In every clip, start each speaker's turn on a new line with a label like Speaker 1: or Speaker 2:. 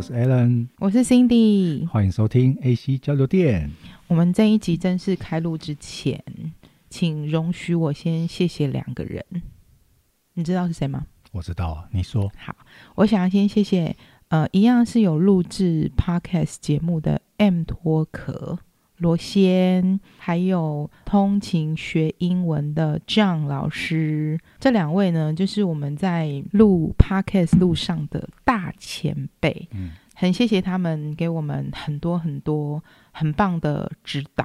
Speaker 1: 是 Alan，
Speaker 2: 我是 Cindy。
Speaker 1: 欢迎收听 AC 交流电。
Speaker 2: 我们这一集正式开录之前，请容许我先谢谢两个人。你知道是谁吗？
Speaker 1: 我知道啊，你说
Speaker 2: 好，我想要先谢谢呃，一样是有录制 podcast 节目的 M 脱壳罗先，还有通勤学英文的 John 老师，这两位呢，就是我们在录 podcast 路上的大前辈。
Speaker 1: 嗯
Speaker 2: 很谢谢他们给我们很多很多很棒的指导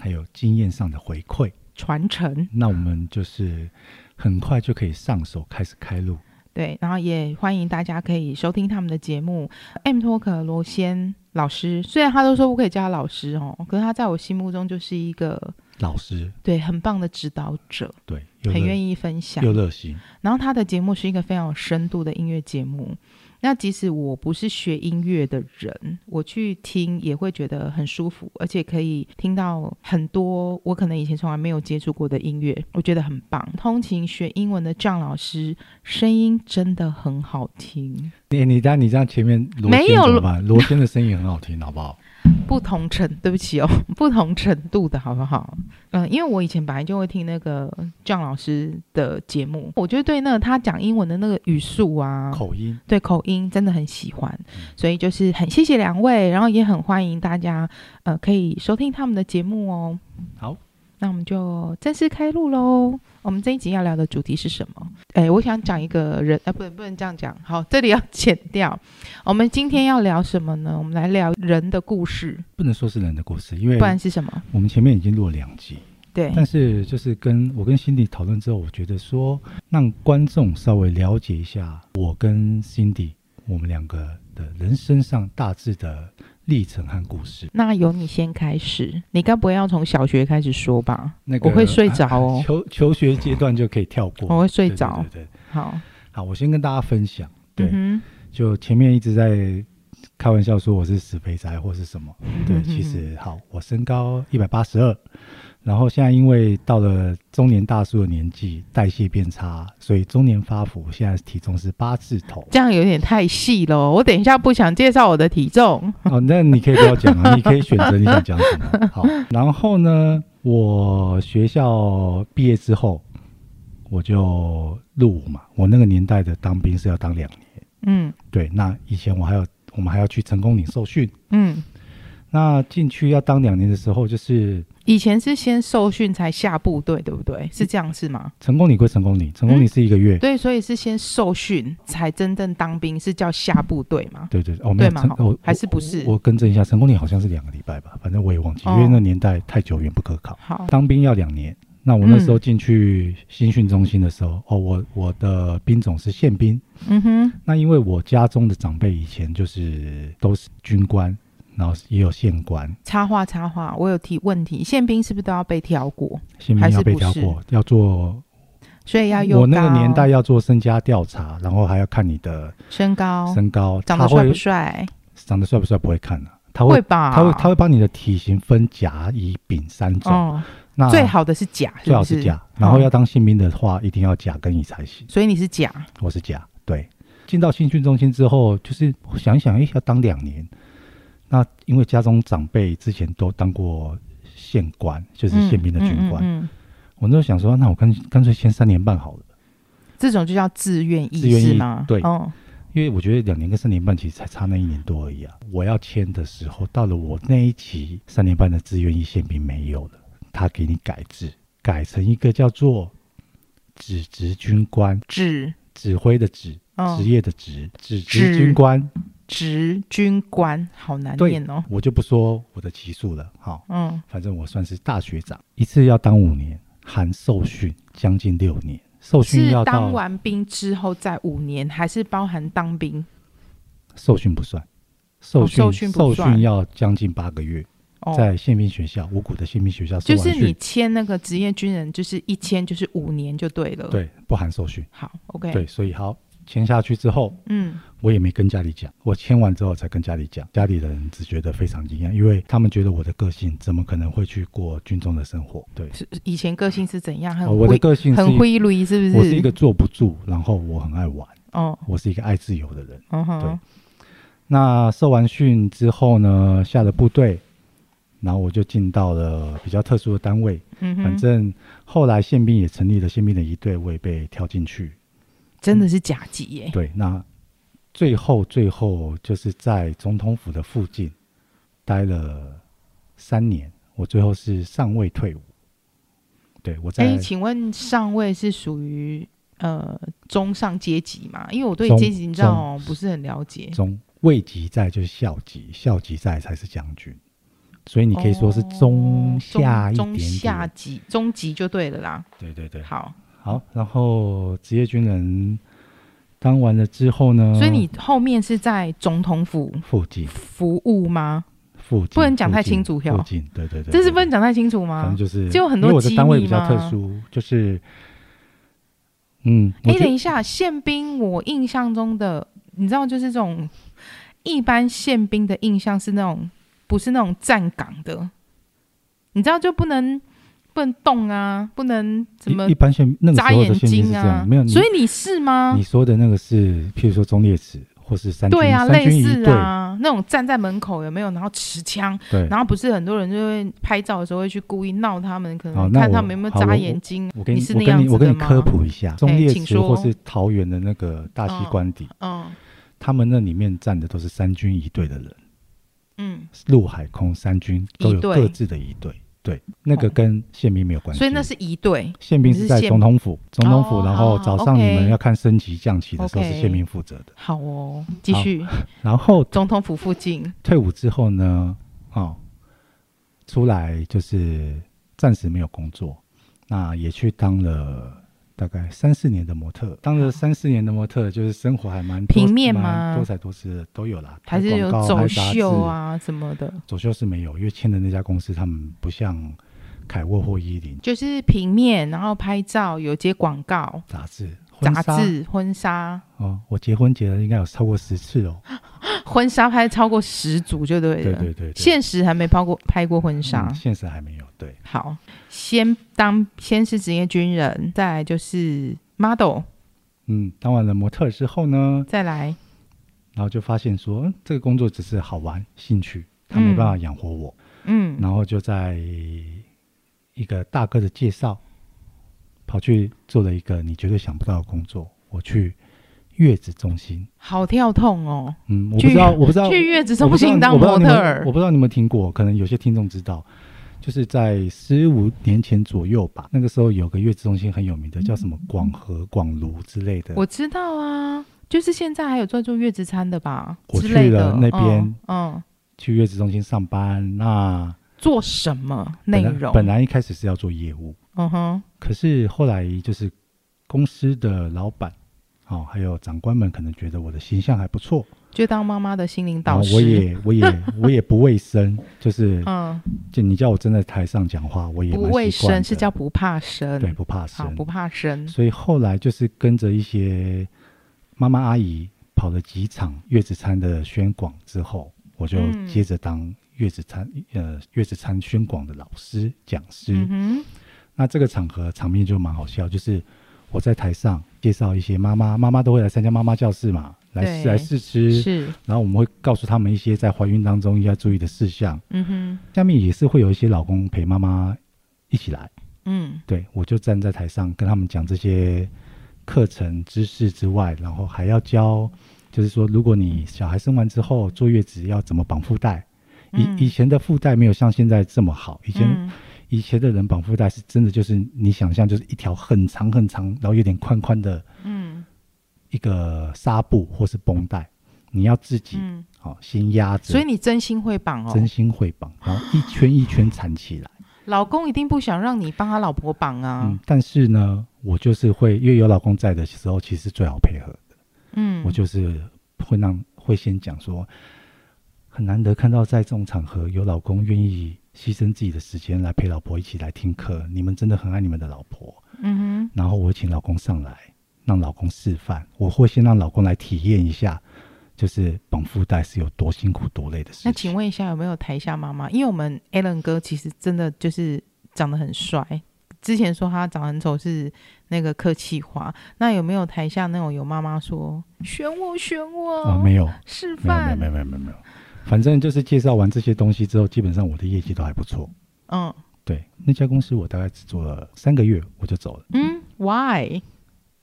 Speaker 1: 还有经验上的回馈，
Speaker 2: 传承。
Speaker 1: 那我们就是很快就可以上手开始开录。
Speaker 2: 对，然后也欢迎大家可以收听他们的节目。M Talk 罗先老师，虽然他都说不可以叫他老师哦，可是他在我心目中就是一个
Speaker 1: 老师
Speaker 2: 对很棒的指导者，
Speaker 1: 对，又
Speaker 2: 很愿
Speaker 1: 意
Speaker 2: 意分享
Speaker 1: 又。热心，
Speaker 2: 然后他的节目是一个非常有深度的音乐节目。那即使我不是学音乐的人，我去听也会觉得很舒服，而且可以听到很多我可能以前从来没有接触过的音乐，我觉得很棒。通勤学英文的张老师声音真的很好听，
Speaker 1: 哎你你当你这样前面罗
Speaker 2: 没
Speaker 1: 先
Speaker 2: 有
Speaker 1: 怎么办？罗先的声音很好听，好不好？
Speaker 2: 不同程，对不起哦， 不同程度的好不好？嗯，因为我以前本来就会听那个张老师的节目，我就对那个他讲英文的那个语速啊，
Speaker 1: 口音
Speaker 2: 对口音真的很喜欢，
Speaker 1: 嗯
Speaker 2: 所以就是很谢谢两位，然后也很欢迎大家呃可以收听他们的节目哦。
Speaker 1: 好，
Speaker 2: 那我们就正式开录喽。我们这一集要聊的主题是什么？哎，我想讲一个人，啊，不能不能这样讲，好，这里要 剪掉。我们今天要聊什么呢？我们来聊人的故事，
Speaker 1: 不能说是人的故事，因为
Speaker 2: 不然是什么？
Speaker 1: 我们前面已经录了两集，
Speaker 2: 对，
Speaker 1: 但是就是跟我跟辛迪讨论之后，我觉得说让观众稍微了解一下我跟辛迪我们两个的人生上大致的历程和故事。
Speaker 2: 那由你先开始，你该不会要从小学开始说吧？
Speaker 1: 那个啊
Speaker 2: 我会睡着哦
Speaker 1: 求求学阶段就可以跳过，
Speaker 2: 我会睡
Speaker 1: 对
Speaker 2: 着
Speaker 1: 对对对，
Speaker 2: 好，
Speaker 1: 好，我先跟大家分享，对，
Speaker 2: 嗯
Speaker 1: 就前面一直在开玩笑说我是死肥宅或是什么，
Speaker 2: 哼、。
Speaker 1: 对，其实好，我身高一百八十二，然后现在因为到了中年大叔的年纪，代谢变差，所以中年发福，现在体重是八字头
Speaker 2: 这样有点太细了哦。我等一下不想介绍我的体重。
Speaker 1: 哦，那你可以不要讲 啊，你可以选择你想讲什么。好，然后呢，我学校毕业之后，我就入伍嘛。我那个年代的当兵是要当两年，
Speaker 2: 嗯
Speaker 1: 对。那以前我还有我们还要去成功岭受训。
Speaker 2: 嗯，
Speaker 1: 那进去要当两年的时候，就是
Speaker 2: 以前是先受训才下部队，对不对？是这样是吗？
Speaker 1: 成功岭归成功岭，成功岭是一个月，
Speaker 2: 嗯对，所以是先受训才真正当兵，是叫下部队吗？
Speaker 1: 对对，哦，没有
Speaker 2: 对吗
Speaker 1: 成我
Speaker 2: 还是不是
Speaker 1: 我？我更正一下，成功岭好像是两个礼拜吧，反正我也忘记，
Speaker 2: 哦
Speaker 1: 因为那年代太久远不可考。
Speaker 2: 好，
Speaker 1: 当兵要两年，那我那时候进去新训中心的时候，哦，我我的兵种是宪兵，
Speaker 2: 嗯哼，
Speaker 1: 那因为我家中的长辈以前就是都是军官，然后也有县官，
Speaker 2: 插话插话，我有提问题，宪兵是不是都要被挑过？
Speaker 1: 宪兵
Speaker 2: 还是
Speaker 1: 要被
Speaker 2: 不
Speaker 1: 挑
Speaker 2: 是
Speaker 1: 过，要做
Speaker 2: 所以要有
Speaker 1: 我那个年代要做身家调查，然后还要看你的
Speaker 2: 身高，
Speaker 1: 身高，
Speaker 2: 哦长
Speaker 1: 他
Speaker 2: 得帅
Speaker 1: 会
Speaker 2: 不帅？
Speaker 1: 长得帅不帅不会看的、他
Speaker 2: 会
Speaker 1: 会。
Speaker 2: 吧？
Speaker 1: 他会，他会把你的体型分甲、乙、丙三种。
Speaker 2: 哦，
Speaker 1: 那
Speaker 2: 最好的是甲，不
Speaker 1: 啊最好是甲，然后
Speaker 2: 哦
Speaker 1: 要当宪兵的话，一定要甲跟乙才行。
Speaker 2: 所以你是甲，
Speaker 1: 我是甲，对。进到新训中心之后，就是想一想，哎，要当两年。那因为家中长辈之前都当过县官，就是宪兵的军官，
Speaker 2: 嗯嗯嗯嗯
Speaker 1: 我那时候想说，那我干干脆先三年半好了，
Speaker 2: 这种就叫自愿
Speaker 1: 自
Speaker 2: 意
Speaker 1: 愿
Speaker 2: 是
Speaker 1: 役
Speaker 2: 吗？
Speaker 1: 对
Speaker 2: 哦，
Speaker 1: 因为我觉得两年跟三年半其实才差那一年多而已啊。我要签的时候，到了我那一期三年半的志愿役宪兵没有了，他给你改制，改成一个叫做指职军官，
Speaker 2: 指
Speaker 1: 指挥的指，
Speaker 2: 哦
Speaker 1: 职业的职，指
Speaker 2: 指
Speaker 1: 职军官，
Speaker 2: 职军官，好难
Speaker 1: 对
Speaker 2: 念哦。
Speaker 1: 我就不说我的级数了，好、
Speaker 2: 嗯，
Speaker 1: 反正我算是大学长，一次要当五年，含受训将近六年，受训
Speaker 2: 是
Speaker 1: 要
Speaker 2: 当
Speaker 1: 到
Speaker 2: 完兵之后再五年，还是包含当兵？
Speaker 1: 受训不算，受
Speaker 2: 哦
Speaker 1: 训、
Speaker 2: 受训不
Speaker 1: 受
Speaker 2: 算
Speaker 1: 训要将近八个月，
Speaker 2: 哦，
Speaker 1: 在宪兵学校，五股的宪兵学校受
Speaker 2: 就
Speaker 1: 完
Speaker 2: 是
Speaker 1: 训，
Speaker 2: 你签那个职业军人，就是一签就是五年就对了。，
Speaker 1: 对，不含受训，
Speaker 2: 好，OK，
Speaker 1: 对，所以好签下去之后，
Speaker 2: 嗯，
Speaker 1: 我也没跟家里讲，我签完之后才跟家里讲，家里人只觉得非常惊讶，因为他们觉得我的个性怎么可能会去过军中的生活？对，
Speaker 2: 是以前个性是怎样？很
Speaker 1: 哦我的
Speaker 2: 灰
Speaker 1: 个性是
Speaker 2: 很
Speaker 1: 一
Speaker 2: 灰驴，是不是？
Speaker 1: 我是一个坐不住，然后我很爱玩，
Speaker 2: 哦，
Speaker 1: 我是一个爱自由的人。
Speaker 2: 嗯
Speaker 1: 对
Speaker 2: 哼，
Speaker 1: 那受完训之后呢，下了部队，然后我就进到了比较特殊的单位。
Speaker 2: 嗯哼，
Speaker 1: 反正后来宪兵也成立了宪兵的一队，我也被挑进去。
Speaker 2: 真的是甲级耶，
Speaker 1: 对，那最后最后就是在总统府的附近待了三年，我最后是上尉退伍。对我在
Speaker 2: 哎，请问上位是属于呃中上阶级吗？因为我对
Speaker 1: 中
Speaker 2: 阶级你知道哦不是很了解。
Speaker 1: 中尉级在就是校级，校级在才是将军，所以你可以说是中
Speaker 2: 哦
Speaker 1: 下一点
Speaker 2: 中中
Speaker 1: 点。
Speaker 2: 下级中级就对了啦。
Speaker 1: 对对对，
Speaker 2: 好，
Speaker 1: 好。然后职业军人当完了之后呢，
Speaker 2: 所以你后面是在总统府
Speaker 1: 附近
Speaker 2: 服务吗？
Speaker 1: 附近
Speaker 2: 不能讲太清楚
Speaker 1: 附近
Speaker 2: 哟
Speaker 1: 附近对对对，
Speaker 2: 这是
Speaker 1: 对
Speaker 2: 不能讲太清楚
Speaker 1: 反
Speaker 2: 吗
Speaker 1: 正？就是，
Speaker 2: 啊就很
Speaker 1: 因
Speaker 2: 多
Speaker 1: 为我的
Speaker 2: 机
Speaker 1: 单位
Speaker 2: 密
Speaker 1: 比较特
Speaker 2: 吗
Speaker 1: 殊，就是，嗯，我
Speaker 2: 哎，
Speaker 1: 觉
Speaker 2: 等
Speaker 1: 得
Speaker 2: 一下，宪兵，我印象中的，你知道，就是这种一般宪兵的印象是那种，不是那种站岗的，你知道就不能不能动啊，不能怎么
Speaker 1: 一一般宪那个
Speaker 2: 眨
Speaker 1: 时候
Speaker 2: 眼
Speaker 1: 的宪兵是
Speaker 2: 睛
Speaker 1: 这
Speaker 2: 啊
Speaker 1: 样，没有，你
Speaker 2: 所以你是吗
Speaker 1: 你？说的那个是，譬如说忠烈祠或是三军
Speaker 2: 对啊，
Speaker 1: 三
Speaker 2: 类
Speaker 1: 军一
Speaker 2: 似
Speaker 1: 队，
Speaker 2: 啊，那种站在门口有没有，然后持枪，
Speaker 1: 对，
Speaker 2: 然后不是很多人就会拍照的时候会去故意闹他们，可
Speaker 1: 好
Speaker 2: 能
Speaker 1: 哦那
Speaker 2: 看
Speaker 1: 我
Speaker 2: 他们有没有
Speaker 1: 好
Speaker 2: 眨
Speaker 1: 我
Speaker 2: 眼睛。啊
Speaker 1: 我跟
Speaker 2: 你
Speaker 1: 你
Speaker 2: 是
Speaker 1: 我
Speaker 2: 那
Speaker 1: 跟
Speaker 2: 样
Speaker 1: 你我
Speaker 2: 子
Speaker 1: 跟你
Speaker 2: 的
Speaker 1: 科
Speaker 2: 吗
Speaker 1: 普一下，忠
Speaker 2: 哎
Speaker 1: 烈
Speaker 2: 请
Speaker 1: 祠或
Speaker 2: 说
Speaker 1: 是桃园的那个大西
Speaker 2: 嗯
Speaker 1: 官邸，
Speaker 2: 嗯
Speaker 1: 他们那里面站的都是三军一队的人，
Speaker 2: 嗯，
Speaker 1: 陆海空三军都
Speaker 2: 一
Speaker 1: 有
Speaker 2: 队
Speaker 1: 各自的一队，对，那个
Speaker 2: 哦
Speaker 1: 跟宪兵没有关系，
Speaker 2: 所以那是一对，
Speaker 1: 宪兵
Speaker 2: 你
Speaker 1: 是
Speaker 2: 是
Speaker 1: 在
Speaker 2: 宪
Speaker 1: 总统府，总统府，
Speaker 2: 哦
Speaker 1: 然后
Speaker 2: 好
Speaker 1: 早上你
Speaker 2: OK
Speaker 1: 们要看升旗降旗的时候
Speaker 2: OK
Speaker 1: 是宪兵负责的。
Speaker 2: 好哦，继
Speaker 1: 好
Speaker 2: 续。
Speaker 1: 然后
Speaker 2: 总统府附近，
Speaker 1: 退伍之后呢，哦，出来就是暂时没有工作，那也去当了大概三四年的模特，当了三四年的模特，就是生活还蛮多
Speaker 2: 平面吗
Speaker 1: 蛮多彩多姿的都有啦，
Speaker 2: 还是
Speaker 1: 拍
Speaker 2: 有
Speaker 1: 广告
Speaker 2: 走
Speaker 1: 拍杂志
Speaker 2: 秀啊什么的，
Speaker 1: 走秀是没有，因为签的那家公司他们不像凯沃或伊林
Speaker 2: 就是平面，然后拍照，有接广告、
Speaker 1: 杂志。婚
Speaker 2: 杂
Speaker 1: 纱
Speaker 2: 志、婚纱，
Speaker 1: 哦，我结婚结了应该有超过十次哦。
Speaker 2: 婚纱拍超过十组就对了。
Speaker 1: 对对对对，
Speaker 2: 现实还没拍过拍过婚纱。
Speaker 1: 嗯现实还没有，对，
Speaker 2: 好，先当先是职业军人，再来就是 model，
Speaker 1: 嗯，当完了模特之后呢，
Speaker 2: 再来
Speaker 1: 然后就发现说，嗯这个工作只是好玩兴趣，他没
Speaker 2: 嗯
Speaker 1: 办法养活我，
Speaker 2: 嗯
Speaker 1: 然后就在一个大哥的介绍，跑去做了一个你绝对想不到的工作，我去月子中心，
Speaker 2: 好跳痛哦，
Speaker 1: 嗯，我不
Speaker 2: 去
Speaker 1: 知道，我不知道，
Speaker 2: 去月子
Speaker 1: 我
Speaker 2: 中
Speaker 1: 不知道
Speaker 2: 心
Speaker 1: 你
Speaker 2: 当
Speaker 1: 我不知道
Speaker 2: 模
Speaker 1: 你
Speaker 2: 特
Speaker 1: 们
Speaker 2: 儿
Speaker 1: 我，不知道你们听过，可能有些听众知道。就是在十五年前左右吧，那个时候有个月子中心很有名的，叫什么广和、广如之类的。
Speaker 2: 我知道啊，就是现在还有在做月子餐的吧
Speaker 1: 我
Speaker 2: 之
Speaker 1: 去
Speaker 2: 类的
Speaker 1: 了，那边
Speaker 2: 嗯嗯
Speaker 1: 去月子中心上班，那
Speaker 2: 做什么内
Speaker 1: 本来
Speaker 2: 容？
Speaker 1: 本来一开始是要做业务，
Speaker 2: 嗯哼，
Speaker 1: 可是后来就是公司的老板，哦，还有长官们可能觉得我的形象还不错，
Speaker 2: 就当妈妈的心灵
Speaker 1: 然
Speaker 2: 导
Speaker 1: 后
Speaker 2: 师。
Speaker 1: 啊我 也我也我也不卫生，就是
Speaker 2: 嗯，
Speaker 1: 就你叫我站在台上讲话，我也
Speaker 2: 不
Speaker 1: 蛮
Speaker 2: 卫
Speaker 1: 习惯
Speaker 2: 生
Speaker 1: 的
Speaker 2: 是叫不怕生，
Speaker 1: 对不怕
Speaker 2: 好
Speaker 1: 生
Speaker 2: 不，怕生。
Speaker 1: 所以后来就是跟着一些妈妈阿姨跑了几场月子餐的宣广之后，我就
Speaker 2: 嗯
Speaker 1: 接着当月子餐、呃月子餐宣广的老师讲师。
Speaker 2: 嗯哼，
Speaker 1: 那这个场合场面就蛮好笑，就是我在台上介绍一些妈妈，妈妈都会来参加妈妈教室嘛，来
Speaker 2: 对
Speaker 1: 试来试吃，
Speaker 2: 是，
Speaker 1: 然后我们会告诉他们一些在怀孕当中应该注意的事项。
Speaker 2: 嗯哼，
Speaker 1: 下面也是会有一些老公陪妈妈一起来，
Speaker 2: 嗯，
Speaker 1: 对我就站在台上跟他们讲这些课程知识之外，然后还要教，就是说如果你小孩生完之后坐月子要怎么绑腹带。
Speaker 2: 嗯
Speaker 1: 以以前的腹带没有像现在这么好，以前
Speaker 2: 嗯
Speaker 1: 以前的人绑腹带是真的，就是你想象，就是一条很长很长，然后有点宽宽的
Speaker 2: 嗯
Speaker 1: 一个纱布或是绷带，你要自己
Speaker 2: 嗯，
Speaker 1: 哦先压着，
Speaker 2: 所以你啊真心会绑哦
Speaker 1: 真，心会绑，然后一圈一圈缠起来。
Speaker 2: 老公一定不想让你帮他老婆绑啊
Speaker 1: 嗯。，但是呢，我就是会，因为有老公在的时候，其实最好配合的，
Speaker 2: 嗯，
Speaker 1: 我就是会让会先讲说，很难哎得看到在这种场合有老公愿意牺牲自己的时间来陪老婆一起来听课，你们真的很爱你们的老婆。
Speaker 2: 嗯
Speaker 1: 然后我请老公上来，让老公示范。我会先让老公来体验一下，就是绑腹带是有多辛苦、多累的事情。
Speaker 2: 那请问一下，有没有台下妈妈？因为我们 Alan 哥其实真的就是长得很帅，之前说他长得很丑是那个客气话。那有没有台下那种有妈妈说选我选我、
Speaker 1: 啊，没有，没
Speaker 2: 示
Speaker 1: 有，没有，
Speaker 2: 范？
Speaker 1: 没有，没有，没有，没有。反正就是介绍完这些东西之后，基本上我的业绩都还不错。
Speaker 2: 嗯
Speaker 1: 对，那家公司我大概只做了三个月我就走了，
Speaker 2: 嗯，Why？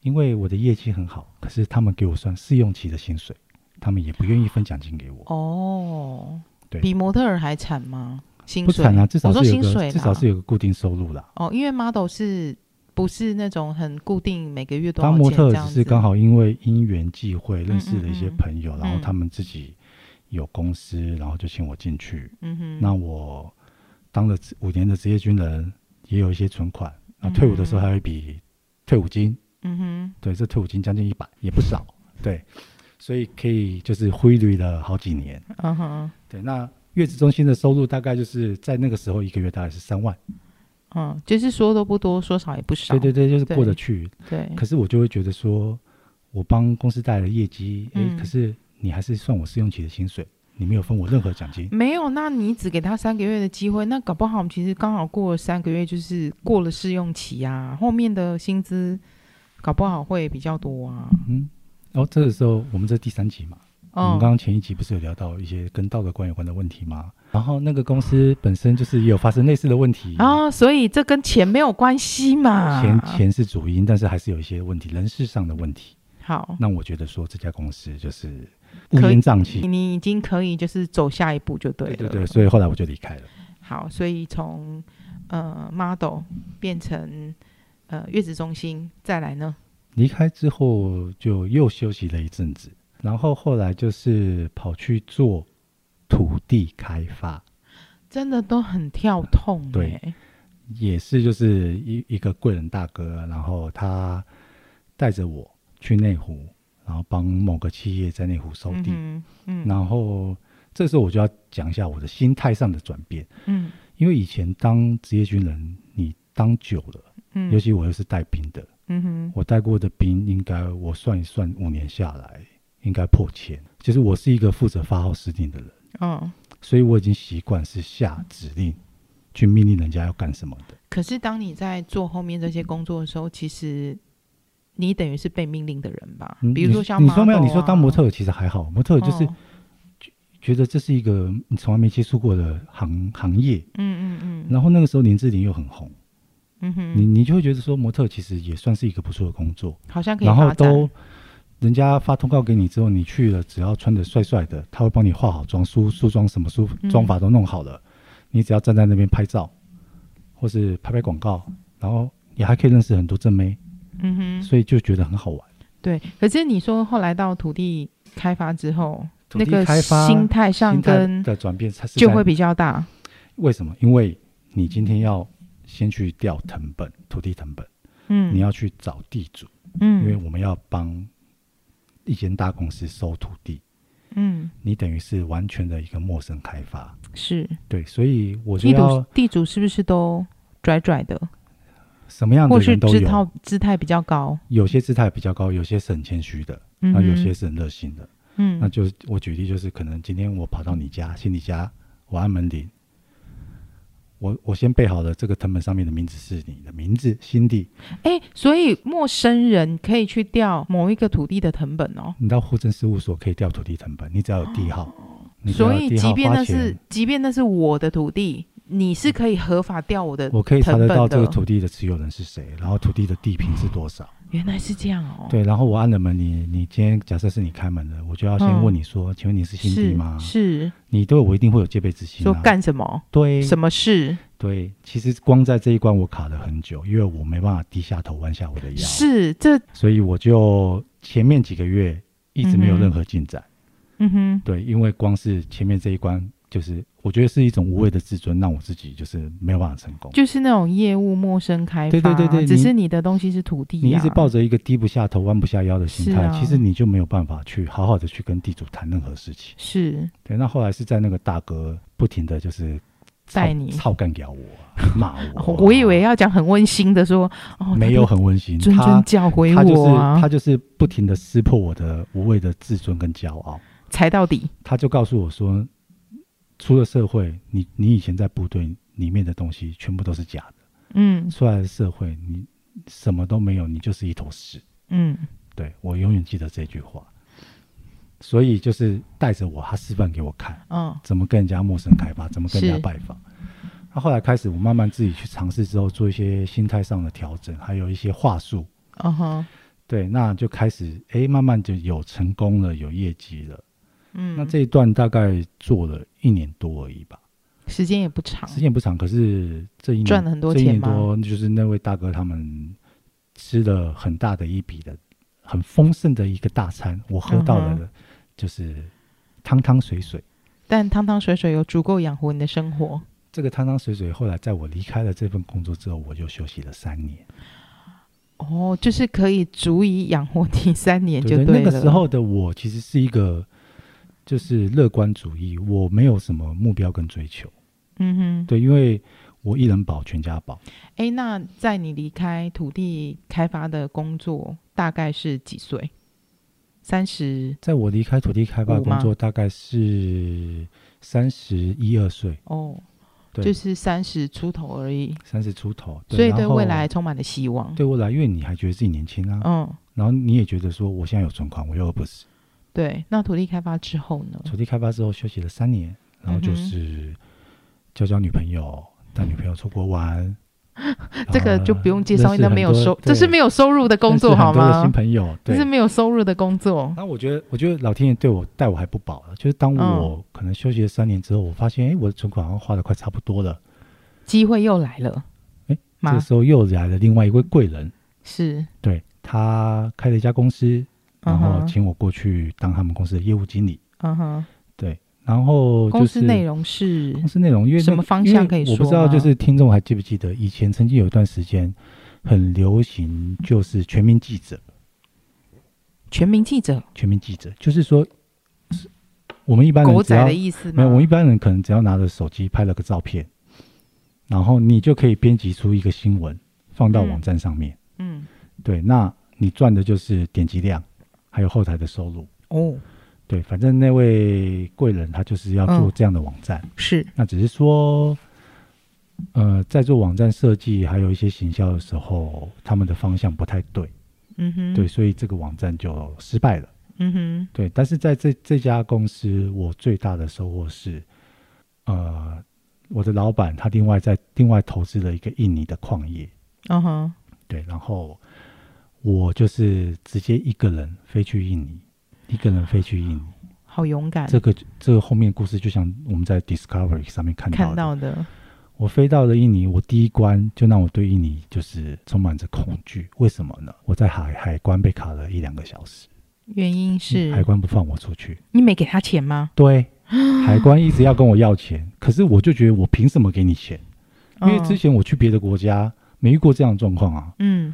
Speaker 1: 因为我的业绩很好，可是他们给我算试用期的薪水，他们也不愿意分奖金给我。
Speaker 2: 哦，
Speaker 1: 对
Speaker 2: 比模特儿还惨吗？薪
Speaker 1: 不
Speaker 2: 水
Speaker 1: 惨啊，至少
Speaker 2: 我说
Speaker 1: 是有
Speaker 2: 薪水
Speaker 1: 个
Speaker 2: 啦
Speaker 1: 至少是有个固定收入啦。
Speaker 2: 哦，因为 model 是不是那种很固定每个月多少
Speaker 1: 当
Speaker 2: 钱
Speaker 1: 模特
Speaker 2: 这
Speaker 1: 只
Speaker 2: 样
Speaker 1: 是
Speaker 2: 子？
Speaker 1: 刚好因为因缘际会认识了一些
Speaker 2: 嗯嗯嗯
Speaker 1: 朋友，然后
Speaker 2: 嗯
Speaker 1: 他们自己有公司，然后就请我进去。
Speaker 2: 嗯哼，
Speaker 1: 那我当了职五年的职业军人，也有一些存款。那退伍的时候还有一笔退伍金，
Speaker 2: 嗯哼，
Speaker 1: 对，这退伍金将近一百，也不少，对，所以可以就是挥霍了好几年。
Speaker 2: 嗯哼，
Speaker 1: 对，那月子中心的收入大概就是在那个时候一个月大概是三万，
Speaker 2: 嗯，就是说多不多，说少也不少。
Speaker 1: 对对对，就是
Speaker 2: 对
Speaker 1: 过得去。
Speaker 2: 对
Speaker 1: 可是我就会觉得说，我帮公司带来的业绩，诶，
Speaker 2: 嗯
Speaker 1: 可是你还是算我试用期的薪水，你没有分我任何奖金。
Speaker 2: 没有，那你只给他三个月的机会，那搞不好我们其实刚好过了三个月，就是过了试用期啊，后面的薪资搞不好会比较多啊。
Speaker 1: 嗯，然后这个时候我们这第三集嘛，我们
Speaker 2: 嗯，
Speaker 1: 刚刚前一集不是有聊到一些跟道德观有关的问题吗？然后那个公司本身就是也有发生类似的问题。
Speaker 2: 啊、所以这跟钱没有关系嘛。
Speaker 1: 钱钱是主因，但是还是有一些问题，人事上的问题。
Speaker 2: 好，
Speaker 1: 那我觉得说这家公司就是乌
Speaker 2: 可以
Speaker 1: 烟瘴气
Speaker 2: 你。你已经可以就是走下一步就对了。
Speaker 1: 对对对，所以后来我就离开了。
Speaker 2: 好，所以从呃 model 变成呃月子中心，再来呢，
Speaker 1: 离开之后就又休息了一阵子，然后后来就是跑去做土地开发，
Speaker 2: 真的都很跳痛、欸。
Speaker 1: 对，也是就是一一个贵人大哥，然后他带着我去内湖，然后帮某个企业在内湖收地，
Speaker 2: 嗯哼嗯，
Speaker 1: 然后这时候我就要讲一下我的心态上的转变，
Speaker 2: 嗯
Speaker 1: 因为以前当职业军人，你当久了，
Speaker 2: 嗯，
Speaker 1: 尤其我又是带兵的，
Speaker 2: 嗯哼，
Speaker 1: 我带过的兵，应该我算一算，五年下来应该破千。其实我是一个负责发号施令的人，
Speaker 2: 嗯。
Speaker 1: 所以我已经习惯是下指令，去命令人家要干什么的。
Speaker 2: 可是当你在做后面这些工作的时候，其实你等于是被命令的人吧？
Speaker 1: 嗯
Speaker 2: 啊比如说
Speaker 1: 你
Speaker 2: 像、啊
Speaker 1: 你说没有？你说当模，特其实还好，模特就是
Speaker 2: 哦
Speaker 1: 觉得这是一个你从来没接触过的行行业。
Speaker 2: 嗯嗯嗯，
Speaker 1: 然后那个时候林志玲又很红，
Speaker 2: 嗯
Speaker 1: 你
Speaker 2: 哼，
Speaker 1: 你就会觉得说模特其实也算是一个不错的工作，
Speaker 2: 好像可以
Speaker 1: 然后
Speaker 2: 发展
Speaker 1: 都。人家发通告给你之后，你去了，只要穿的帅帅的，他会帮你化好妆、梳梳妆，什么梳
Speaker 2: 嗯
Speaker 1: 妆法都弄好了。你只要站在那边拍照，或是拍拍广告，然后你还可以认识很多正妹，
Speaker 2: 嗯哼，
Speaker 1: 所以就觉得很好玩。
Speaker 2: 对。可是你说后来到土地开发之后，
Speaker 1: 土地
Speaker 2: 那个
Speaker 1: 开发
Speaker 2: 心态上
Speaker 1: 心态
Speaker 2: 跟
Speaker 1: 的转变，它是
Speaker 2: 就
Speaker 1: 在
Speaker 2: 会比较大。
Speaker 1: 为什么？因为你今天要先去调藤本、土地藤本，
Speaker 2: 嗯，
Speaker 1: 你要去找地主，因为
Speaker 2: 嗯
Speaker 1: 我们要帮一间大公司收土地，
Speaker 2: 嗯
Speaker 1: 你等于是完全的一个陌生开发。
Speaker 2: 是
Speaker 1: 对，所以我就
Speaker 2: 地主
Speaker 1: 要
Speaker 2: 地主是不是都拽拽的，
Speaker 1: 什么样的
Speaker 2: 或是
Speaker 1: 人都
Speaker 2: 姿
Speaker 1: 有，
Speaker 2: 态姿态比较高？
Speaker 1: 有些姿态比较高，有些是很谦虚的，
Speaker 2: 嗯
Speaker 1: 那
Speaker 2: 哼，
Speaker 1: 啊有些啊是很热心的。
Speaker 2: 嗯，
Speaker 1: 那就我举例就是，可能今天我跑到你家，去你家，我按门铃，我我先背好了这个藤本上面的名字是你的名字，辛迪，
Speaker 2: 哎、所以陌生人可以去调某一个土地的藤本哦。
Speaker 1: 你到户政事务所可以调土地成本，你只要有地号，你只要
Speaker 2: 所
Speaker 1: 有
Speaker 2: 以，
Speaker 1: 地
Speaker 2: 即
Speaker 1: 号
Speaker 2: 便
Speaker 1: 花
Speaker 2: 那是
Speaker 1: 钱，
Speaker 2: 即便那是我的土地，你是可以合法调我的。
Speaker 1: 我可以查得到
Speaker 2: 藤本
Speaker 1: 这
Speaker 2: 的
Speaker 1: 个土地的持有人是谁，然后土地的地平是多少。
Speaker 2: 原来是这样哦。，
Speaker 1: 对，然后我按了门铃，你今天假设是你开门的，我就要先问
Speaker 2: 嗯
Speaker 1: 你说，请问你是新地
Speaker 2: 是
Speaker 1: 吗？
Speaker 2: 是，
Speaker 1: 你对我一定会有戒备之心、
Speaker 2: 说
Speaker 1: 啊。
Speaker 2: 干什么？
Speaker 1: 对
Speaker 2: 什么事？
Speaker 1: 对，其实光在这一关我卡了很久，因为我没办法低下头弯下我的腰，
Speaker 2: 是这，
Speaker 1: 所以我就前面几个月一直没有
Speaker 2: 嗯哼
Speaker 1: 任何进展。
Speaker 2: 嗯哼，
Speaker 1: 对，因为光是前面这一关，就是我觉得是一种无谓的自尊，让我自己就是没有办法成功。
Speaker 2: 就是那种业务陌生开发，
Speaker 1: 对对对对
Speaker 2: 只
Speaker 1: 你
Speaker 2: 是你的东西是土地、啊，
Speaker 1: 你一直抱着一个低不下头、弯不下腰的心
Speaker 2: 是
Speaker 1: 态，
Speaker 2: 啊
Speaker 1: 其实你就没有办法去好好的去跟地主谈任何事情。
Speaker 2: 是
Speaker 1: 对，那后来是在那个大哥不停的就是操
Speaker 2: 带你
Speaker 1: 操干咬我啊、骂我啊、
Speaker 2: 我我以为要讲很温馨的说，哦，
Speaker 1: 没有很温馨，
Speaker 2: 谆谆
Speaker 1: 他
Speaker 2: 教诲
Speaker 1: 他就是
Speaker 2: 我啊
Speaker 1: 他，就是不停的撕破我的无谓的自尊跟骄傲，
Speaker 2: 踩到底，
Speaker 1: 他就告诉我说，出了社会，你你以前在部队里面的东西全部都是假的，
Speaker 2: 嗯
Speaker 1: 出来的社会你。什么都没有，你就是一头屎。
Speaker 2: 嗯
Speaker 1: 对我永远记得这句话。所以就是带着我，他示范给我看，
Speaker 2: 嗯
Speaker 1: 怎么跟人家陌生开发，怎么跟人家
Speaker 2: 是
Speaker 1: 拜访。那后来开始，我慢慢自己去尝试之后，做一些心态上的调整，还有一些话术。
Speaker 2: 嗯哼，
Speaker 1: 对，那就开始诶，慢慢就有成功了，有业绩了。
Speaker 2: 嗯，
Speaker 1: 那这一段大概做了一年多而已吧，
Speaker 2: 时间也不长，
Speaker 1: 时间也不长，可是这一年
Speaker 2: 赚了很多钱
Speaker 1: 这一年
Speaker 2: 吗
Speaker 1: 多就是那位大哥他们吃了很大的一笔的很丰盛的一个大餐，我喝到
Speaker 2: 嗯
Speaker 1: 了
Speaker 2: 哼
Speaker 1: 就是汤汤水水。
Speaker 2: 但汤汤水水有足够养活你的生活。
Speaker 1: 这个汤汤水水，后来在我离开了这份工作之后，我就休息了三年。
Speaker 2: 哦，就是可以足以养活你三年就
Speaker 1: 对
Speaker 2: 了。
Speaker 1: 那个时候的我其实是一个就是乐观主义，我没有什么目标跟追求。
Speaker 2: 嗯哼，
Speaker 1: 对，因为我一人保全家保。
Speaker 2: 哎，那在你离开土地开发的工作，大概是几岁？三十
Speaker 1: 在我离开土地开发
Speaker 2: 五吗
Speaker 1: 工作，大概是三十一二岁，
Speaker 2: 哦，
Speaker 1: 对
Speaker 2: 就是三十出头而已，
Speaker 1: 三十出头，
Speaker 2: 所以对
Speaker 1: 然后
Speaker 2: 未来充满了希望。
Speaker 1: 对未来，因为你还觉得自己年轻啊，
Speaker 2: 嗯，
Speaker 1: 然后你也觉得说我现在有存款，我又饿不死。
Speaker 2: 对。那土地开发之后呢？
Speaker 1: 土地开发之后休息了三年，然后就
Speaker 2: 嗯哼
Speaker 1: 是交交女朋友，带女朋友出国玩
Speaker 2: ，
Speaker 1: 啊
Speaker 2: 这个就不用介绍，
Speaker 1: 呃
Speaker 2: 因为没有收，这是没
Speaker 1: 有
Speaker 2: 有收入的工作好吗
Speaker 1: 新？朋友，
Speaker 2: 这
Speaker 1: 对
Speaker 2: 是。没有收入的工作。
Speaker 1: 那我觉得，我觉得老天爷对我待我还不薄了。就是
Speaker 2: 嗯
Speaker 1: 当我可能休息了三年之后，我发现，哎，我的存款好像花的快差不多了。
Speaker 2: 机会又来了，
Speaker 1: 诶这
Speaker 2: 妈
Speaker 1: 个时候又来了另外一位贵人，
Speaker 2: 是，
Speaker 1: 对他开了一家公司，然
Speaker 2: 嗯
Speaker 1: 后
Speaker 2: 哼，
Speaker 1: 啊请我过去当他们公司的业务经理。
Speaker 2: 嗯哼，
Speaker 1: 对，然后就是
Speaker 2: 公司内容是
Speaker 1: 公司内容，因为那
Speaker 2: 什么方向可以
Speaker 1: 因为我不
Speaker 2: 说
Speaker 1: 知道，
Speaker 2: 吗
Speaker 1: 就是听众还记不记得以前曾经有一段时间很流行，就是全民记者，
Speaker 2: 全民记者，
Speaker 1: 全民记者，就是说是我们一般
Speaker 2: 狗
Speaker 1: 人只
Speaker 2: 仔
Speaker 1: 要
Speaker 2: 的意思
Speaker 1: 没
Speaker 2: 吗？
Speaker 1: 有，我们一般人可能只要拿着手机拍了个照片，然后你就可以编辑出一个新闻放到
Speaker 2: 嗯
Speaker 1: 网站上面。
Speaker 2: 嗯，
Speaker 1: 对，那你赚的就是点击量，还有后台的收入。
Speaker 2: 哦，
Speaker 1: 对，反正那位贵人他就是要做
Speaker 2: 嗯
Speaker 1: 这样的网站。
Speaker 2: 是，
Speaker 1: 那只是说，呃，在做网站设计还有一些行销的时候，他们的方向不太对，
Speaker 2: 嗯哼，
Speaker 1: 对，，所以这个网站就失败了。
Speaker 2: 嗯哼，
Speaker 1: 对，但是在这这家公司，我最大的收获是，呃，我的老板他另外在另外投资了一个印尼的矿业，
Speaker 2: 嗯哼，
Speaker 1: 对，然后我就是直接一个人飞去印尼，一个人飞去印尼。
Speaker 2: 好勇敢，
Speaker 1: 这个这个后面故事就像我们在 Discovery 上面看到的，
Speaker 2: 看到的，
Speaker 1: 我飞到了印尼，我第一关就让我对印尼就是充满着恐惧。为什么呢？我在海海关被卡了一两个小时，
Speaker 2: 原因是
Speaker 1: 海关不放我出去。
Speaker 2: 你没给他钱吗？
Speaker 1: 对，海关一直要跟我要钱，可是我就觉得我凭什么给你钱？因为
Speaker 2: 嗯
Speaker 1: 之前我去别的国家没遇过这样的状况啊。
Speaker 2: 嗯，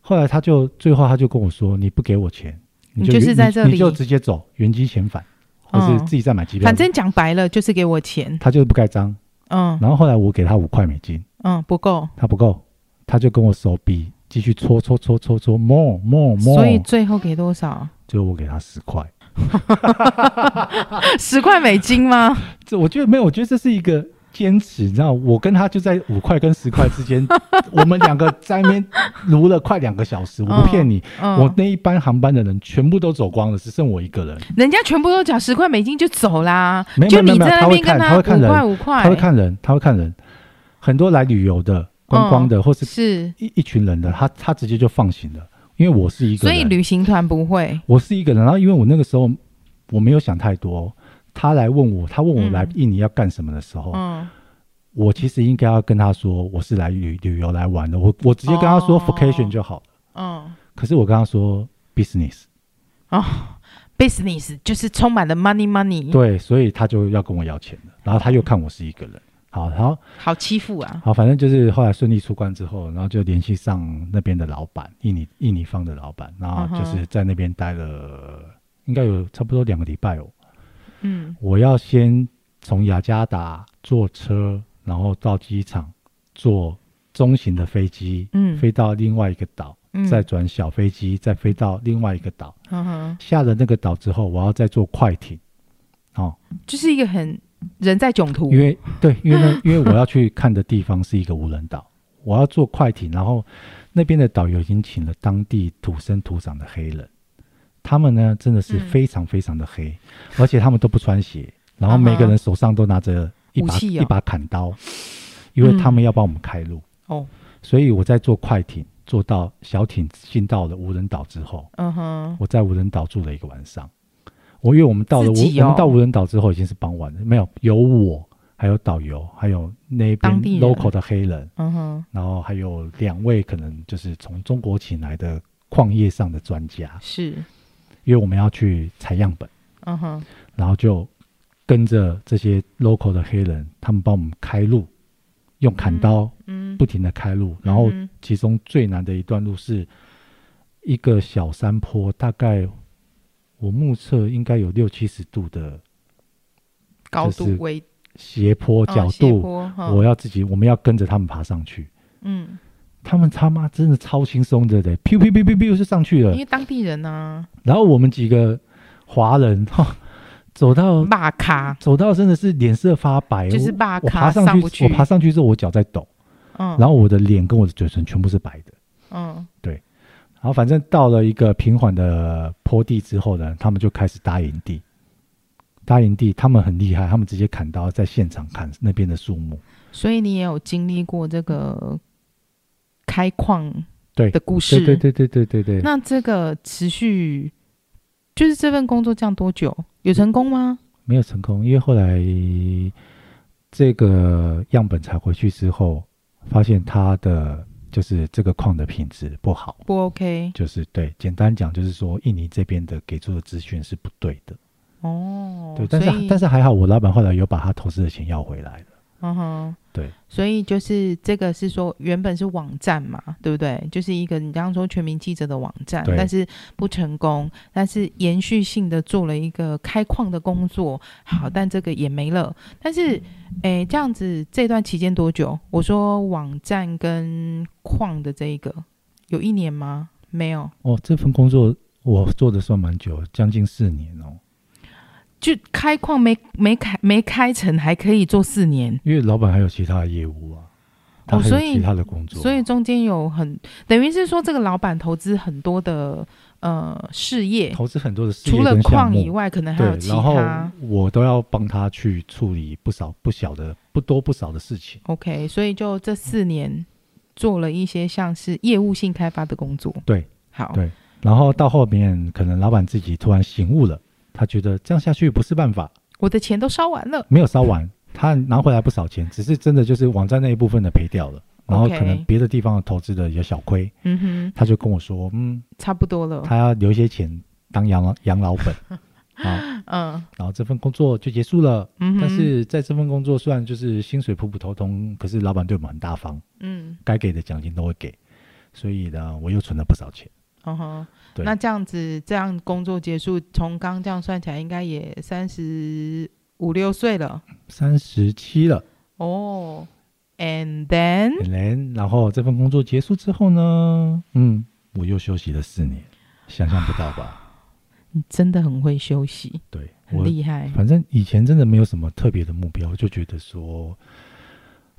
Speaker 1: 后来他就最后他就跟我说：“你不给我钱，
Speaker 2: 你
Speaker 1: 就
Speaker 2: 就是
Speaker 1: 原
Speaker 2: 在这
Speaker 1: 你就
Speaker 2: 里
Speaker 1: 直接走，原机遣返，或是
Speaker 2: 嗯
Speaker 1: 自己再买机票。
Speaker 2: 反正讲白了就是给我钱，
Speaker 1: 他就是不盖章。
Speaker 2: 嗯
Speaker 1: 然后后来我给他五块美金，
Speaker 2: 嗯，不够，
Speaker 1: 他不够，他就跟我手比继续搓搓搓搓搓摸摸摸，
Speaker 2: 所以最后给多少？
Speaker 1: 最后我给他十块。
Speaker 2: 十块美金吗？
Speaker 1: 这我觉得没有，我觉得这是一个坚持，你知道，我跟他就在五块跟十块之 间，我们两个在那边撸了快两个小时，我不骗你。我
Speaker 2: 嗯，
Speaker 1: 那一班航班的人全部都走光了，只剩我一个人。
Speaker 2: 人家全部都缴十块美金就走啦，
Speaker 1: 没
Speaker 2: 就
Speaker 1: 没没
Speaker 2: 你
Speaker 1: 没，
Speaker 2: 在
Speaker 1: 他
Speaker 2: 那
Speaker 1: 会
Speaker 2: 边跟
Speaker 1: 看，他会看
Speaker 2: 五块
Speaker 1: 人，
Speaker 2: 五块，
Speaker 1: 他会看人，他会看人。很多来旅游的、观光
Speaker 2: 嗯
Speaker 1: 的，或是
Speaker 2: 是，
Speaker 1: 一一群人的，他他直接就放行了，因为我是一个
Speaker 2: 所
Speaker 1: 人。
Speaker 2: 以旅行团不会，
Speaker 1: 我是一个人，然后因为我那个时候我没有想太多，他来问我，他问我
Speaker 2: 嗯
Speaker 1: 来印尼要干什么的时候，
Speaker 2: 嗯，
Speaker 1: 我其实应该要跟他说我是来旅旅游来玩的，我我直接跟他说
Speaker 2: 哦
Speaker 1: vacation 就好了。
Speaker 2: 嗯
Speaker 1: 可是我跟他说 business，
Speaker 2: 哦，business 就是充满了 money money，，
Speaker 1: 对，所以他就要跟我要钱了，然后他又看我是一个人。好，然后
Speaker 2: 好欺负啊，
Speaker 1: 好，反正就是后来顺利出关之后，然后就联系上那边的老板，印尼印尼方的老板，然后就
Speaker 2: 嗯
Speaker 1: 是
Speaker 2: 哼
Speaker 1: 在那边待了应该有差不多两个礼拜哦。
Speaker 2: 嗯
Speaker 1: 我要先从雅加达坐车，然后到机场坐中型的飞机，
Speaker 2: 嗯
Speaker 1: 飞到另外一个岛，
Speaker 2: 嗯，
Speaker 1: 再转小飞机，再飞到另外一个岛。
Speaker 2: 嗯哼，
Speaker 1: 下了那个岛之后，我要再坐快艇，哦，
Speaker 2: 就是一个很人在囧途
Speaker 1: 因，为对，因为呢，因为我要去看的地方是一个无人岛，我要做快艇，然后那边的导游已经请了当地土生土长的黑人，他们呢真的是
Speaker 2: 嗯
Speaker 1: 非常非常的黑，而且他们都不穿鞋，然后每个人手上都拿着一把、
Speaker 2: 啊武器哦嗯
Speaker 1: 一把砍刀，因为他们要帮我们开路，
Speaker 2: 哦，
Speaker 1: 所以我在坐快艇坐到小艇进到了无人岛之后，
Speaker 2: 嗯哼，
Speaker 1: 我在无人岛住了一个晚上。我因为我们到了无、
Speaker 2: 自己
Speaker 1: 我
Speaker 2: 哦
Speaker 1: 们到无人岛之后已经是傍晚了，没有有我，还有导游，还有那边
Speaker 2: 当地人
Speaker 1: local 的黑人，
Speaker 2: 嗯哼，
Speaker 1: 然后还有两位可能就是从中国请来的矿业上的专家，
Speaker 2: 是，
Speaker 1: 因为我们要去采样本，
Speaker 2: 嗯哼，
Speaker 1: 然后就跟着这些 local 的黑人，他们帮我们开路，用砍刀
Speaker 2: 嗯，
Speaker 1: 不停的开路，然后
Speaker 2: 嗯哼
Speaker 1: 其中最难的一段路是一个小山坡，大概我目测应该有六七十度的
Speaker 2: 高
Speaker 1: 就是
Speaker 2: 度嗯为
Speaker 1: 斜坡
Speaker 2: 哦
Speaker 1: 角度，我
Speaker 2: 要，
Speaker 1: 要自己，我们要跟着他们爬上去。
Speaker 2: 嗯，
Speaker 1: 他们他妈真的超轻松的嘞，飘飘飘飘飘就上去了
Speaker 2: 因。为当地人啊呢，
Speaker 1: 然后我们几个华人哈、走到
Speaker 2: 骂咖，
Speaker 1: 走到真的是脸色发白，
Speaker 2: 嗯就是
Speaker 1: 嗯哎我
Speaker 2: 骂
Speaker 1: 我
Speaker 2: 咖
Speaker 1: 爬上
Speaker 2: 不
Speaker 1: 去，我爬上去之后我脚在抖，
Speaker 2: 嗯，
Speaker 1: 然后我的脸跟我的嘴唇全部是白的。
Speaker 2: 嗯，
Speaker 1: 然后反正到了一个平缓的坡地之后呢，他们就开始搭营地。搭营地，他们很厉害，他们直接砍刀在现场砍那边的树木。
Speaker 2: 所以你也有经历过这个开矿
Speaker 1: 对
Speaker 2: 的故
Speaker 1: 对
Speaker 2: 事，
Speaker 1: 对对对对对对。
Speaker 2: 那这个持续就是这份工作这样多久？有成功吗？
Speaker 1: 没有成功，因为后来这个样本采回去之后，发现它的就是这个矿的品质不好，
Speaker 2: 不 OK
Speaker 1: 就是对，简单讲就是说印尼这边的给出的资讯是不对的，
Speaker 2: 哦，
Speaker 1: 对，但
Speaker 2: 所以
Speaker 1: 是但是还好，我老板后来有把他投资的钱要回来了，
Speaker 2: 嗯哼，
Speaker 1: 对，
Speaker 2: 所以就是这个是说原本是网站嘛，对不对？就是一个你刚刚说全民记者的网站，
Speaker 1: 对
Speaker 2: 但是不成功，但是延续性的做了一个开矿的工作，好，
Speaker 1: 嗯
Speaker 2: 但这个也没了。但是，诶，这样子这段期间多久？我说网站跟矿的这一个有一年吗？没有，
Speaker 1: 哦，这份工作我做的算蛮久，将近四年哦，
Speaker 2: 就开矿没没开没开成，还可以做四年。
Speaker 1: 因为老板还有其他的业务啊，他
Speaker 2: 哦
Speaker 1: 还
Speaker 2: 所
Speaker 1: 有
Speaker 2: 以
Speaker 1: 其他的工作啊、
Speaker 2: 所以中间有很等于是说，这个老板投资很多的呃事业，
Speaker 1: 投资很多的事业
Speaker 2: 除了
Speaker 1: 跟项
Speaker 2: 矿
Speaker 1: 目
Speaker 2: 以外，可能还有
Speaker 1: 对，
Speaker 2: 其
Speaker 1: 然后
Speaker 2: 他。
Speaker 1: 我都要帮他去处理不少不小的不多不少的事情。
Speaker 2: OK，所以就这四年做了一些像是业务性开发的工作。
Speaker 1: 对，
Speaker 2: 好，
Speaker 1: 对然后到后面，可能老板自己突然醒悟了，他觉得这样下去不是办法，
Speaker 2: 我的钱都烧完了。
Speaker 1: 没有烧完，他拿回来不少钱，只是真的就是网站那一部分的赔掉了，然后
Speaker 2: OK
Speaker 1: 可能别的地方投资的有小亏，
Speaker 2: 嗯哼，
Speaker 1: 他就跟我说，嗯，
Speaker 2: 差不多了。
Speaker 1: 他要留一些钱当养老养老本，啊，
Speaker 2: 嗯
Speaker 1: 然后这份工作就结束了。
Speaker 2: 嗯哼，
Speaker 1: 但是在这份工作虽然就是薪水普普通通，可是老板对我们很大方，
Speaker 2: 嗯
Speaker 1: 该给的奖金都会给，所以呢，我又存了不少钱。
Speaker 2: 嗯哼，
Speaker 1: 对
Speaker 2: 那这样子这样工作结束，从刚这样算起来，应该也三十五六岁了
Speaker 1: 三十七了，
Speaker 2: 哦。And then
Speaker 1: 可能然后这份工作结束之后呢，嗯，我又休息了四年，想象不到吧？
Speaker 2: 你真的很会休息，
Speaker 1: 对
Speaker 2: 很
Speaker 1: 我，
Speaker 2: 厉害。
Speaker 1: 反正以前真的没有什么特别的目标，就觉得说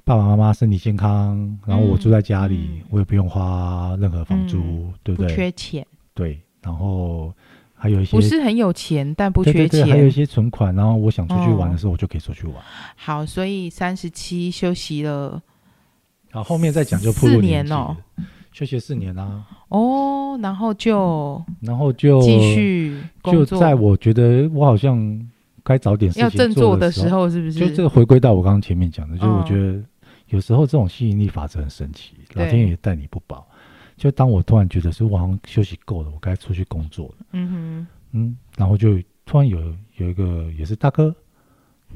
Speaker 1: 爸爸妈妈身体健康，然后我住在家里，
Speaker 2: 嗯嗯
Speaker 1: 我也不用花任何房租，
Speaker 2: 嗯
Speaker 1: 对
Speaker 2: 不
Speaker 1: 对？
Speaker 2: 缺钱，
Speaker 1: 对，然后还有一些
Speaker 2: 不是很有钱，但不
Speaker 1: 对
Speaker 2: 缺
Speaker 1: 对
Speaker 2: 钱。
Speaker 1: 对，还有一些存款，然后我想出去玩
Speaker 2: 哦
Speaker 1: 的时候，我就可以出去玩。
Speaker 2: 好，所以三十七休息了
Speaker 1: 然后后面再讲就步入
Speaker 2: 四
Speaker 1: 年
Speaker 2: 年
Speaker 1: 纪
Speaker 2: 哦
Speaker 1: 了，休息了四年啊，
Speaker 2: 哦，然后就
Speaker 1: 然后就
Speaker 2: 继续工
Speaker 1: 就
Speaker 2: 作。
Speaker 1: 在我觉得我好像该找点事情
Speaker 2: 要振
Speaker 1: 做
Speaker 2: 作的
Speaker 1: 时
Speaker 2: 时，候，是不是？
Speaker 1: 就这个回归到我刚刚前面讲的，就是我
Speaker 2: 嗯
Speaker 1: 觉得有时候这种吸引力法则很神奇，老
Speaker 2: 对
Speaker 1: 天爷待你不薄。就当我突然觉得说我好像休息够了，我该出去工作了，
Speaker 2: 嗯
Speaker 1: 嗯，然后就突然有有一个也是大哥，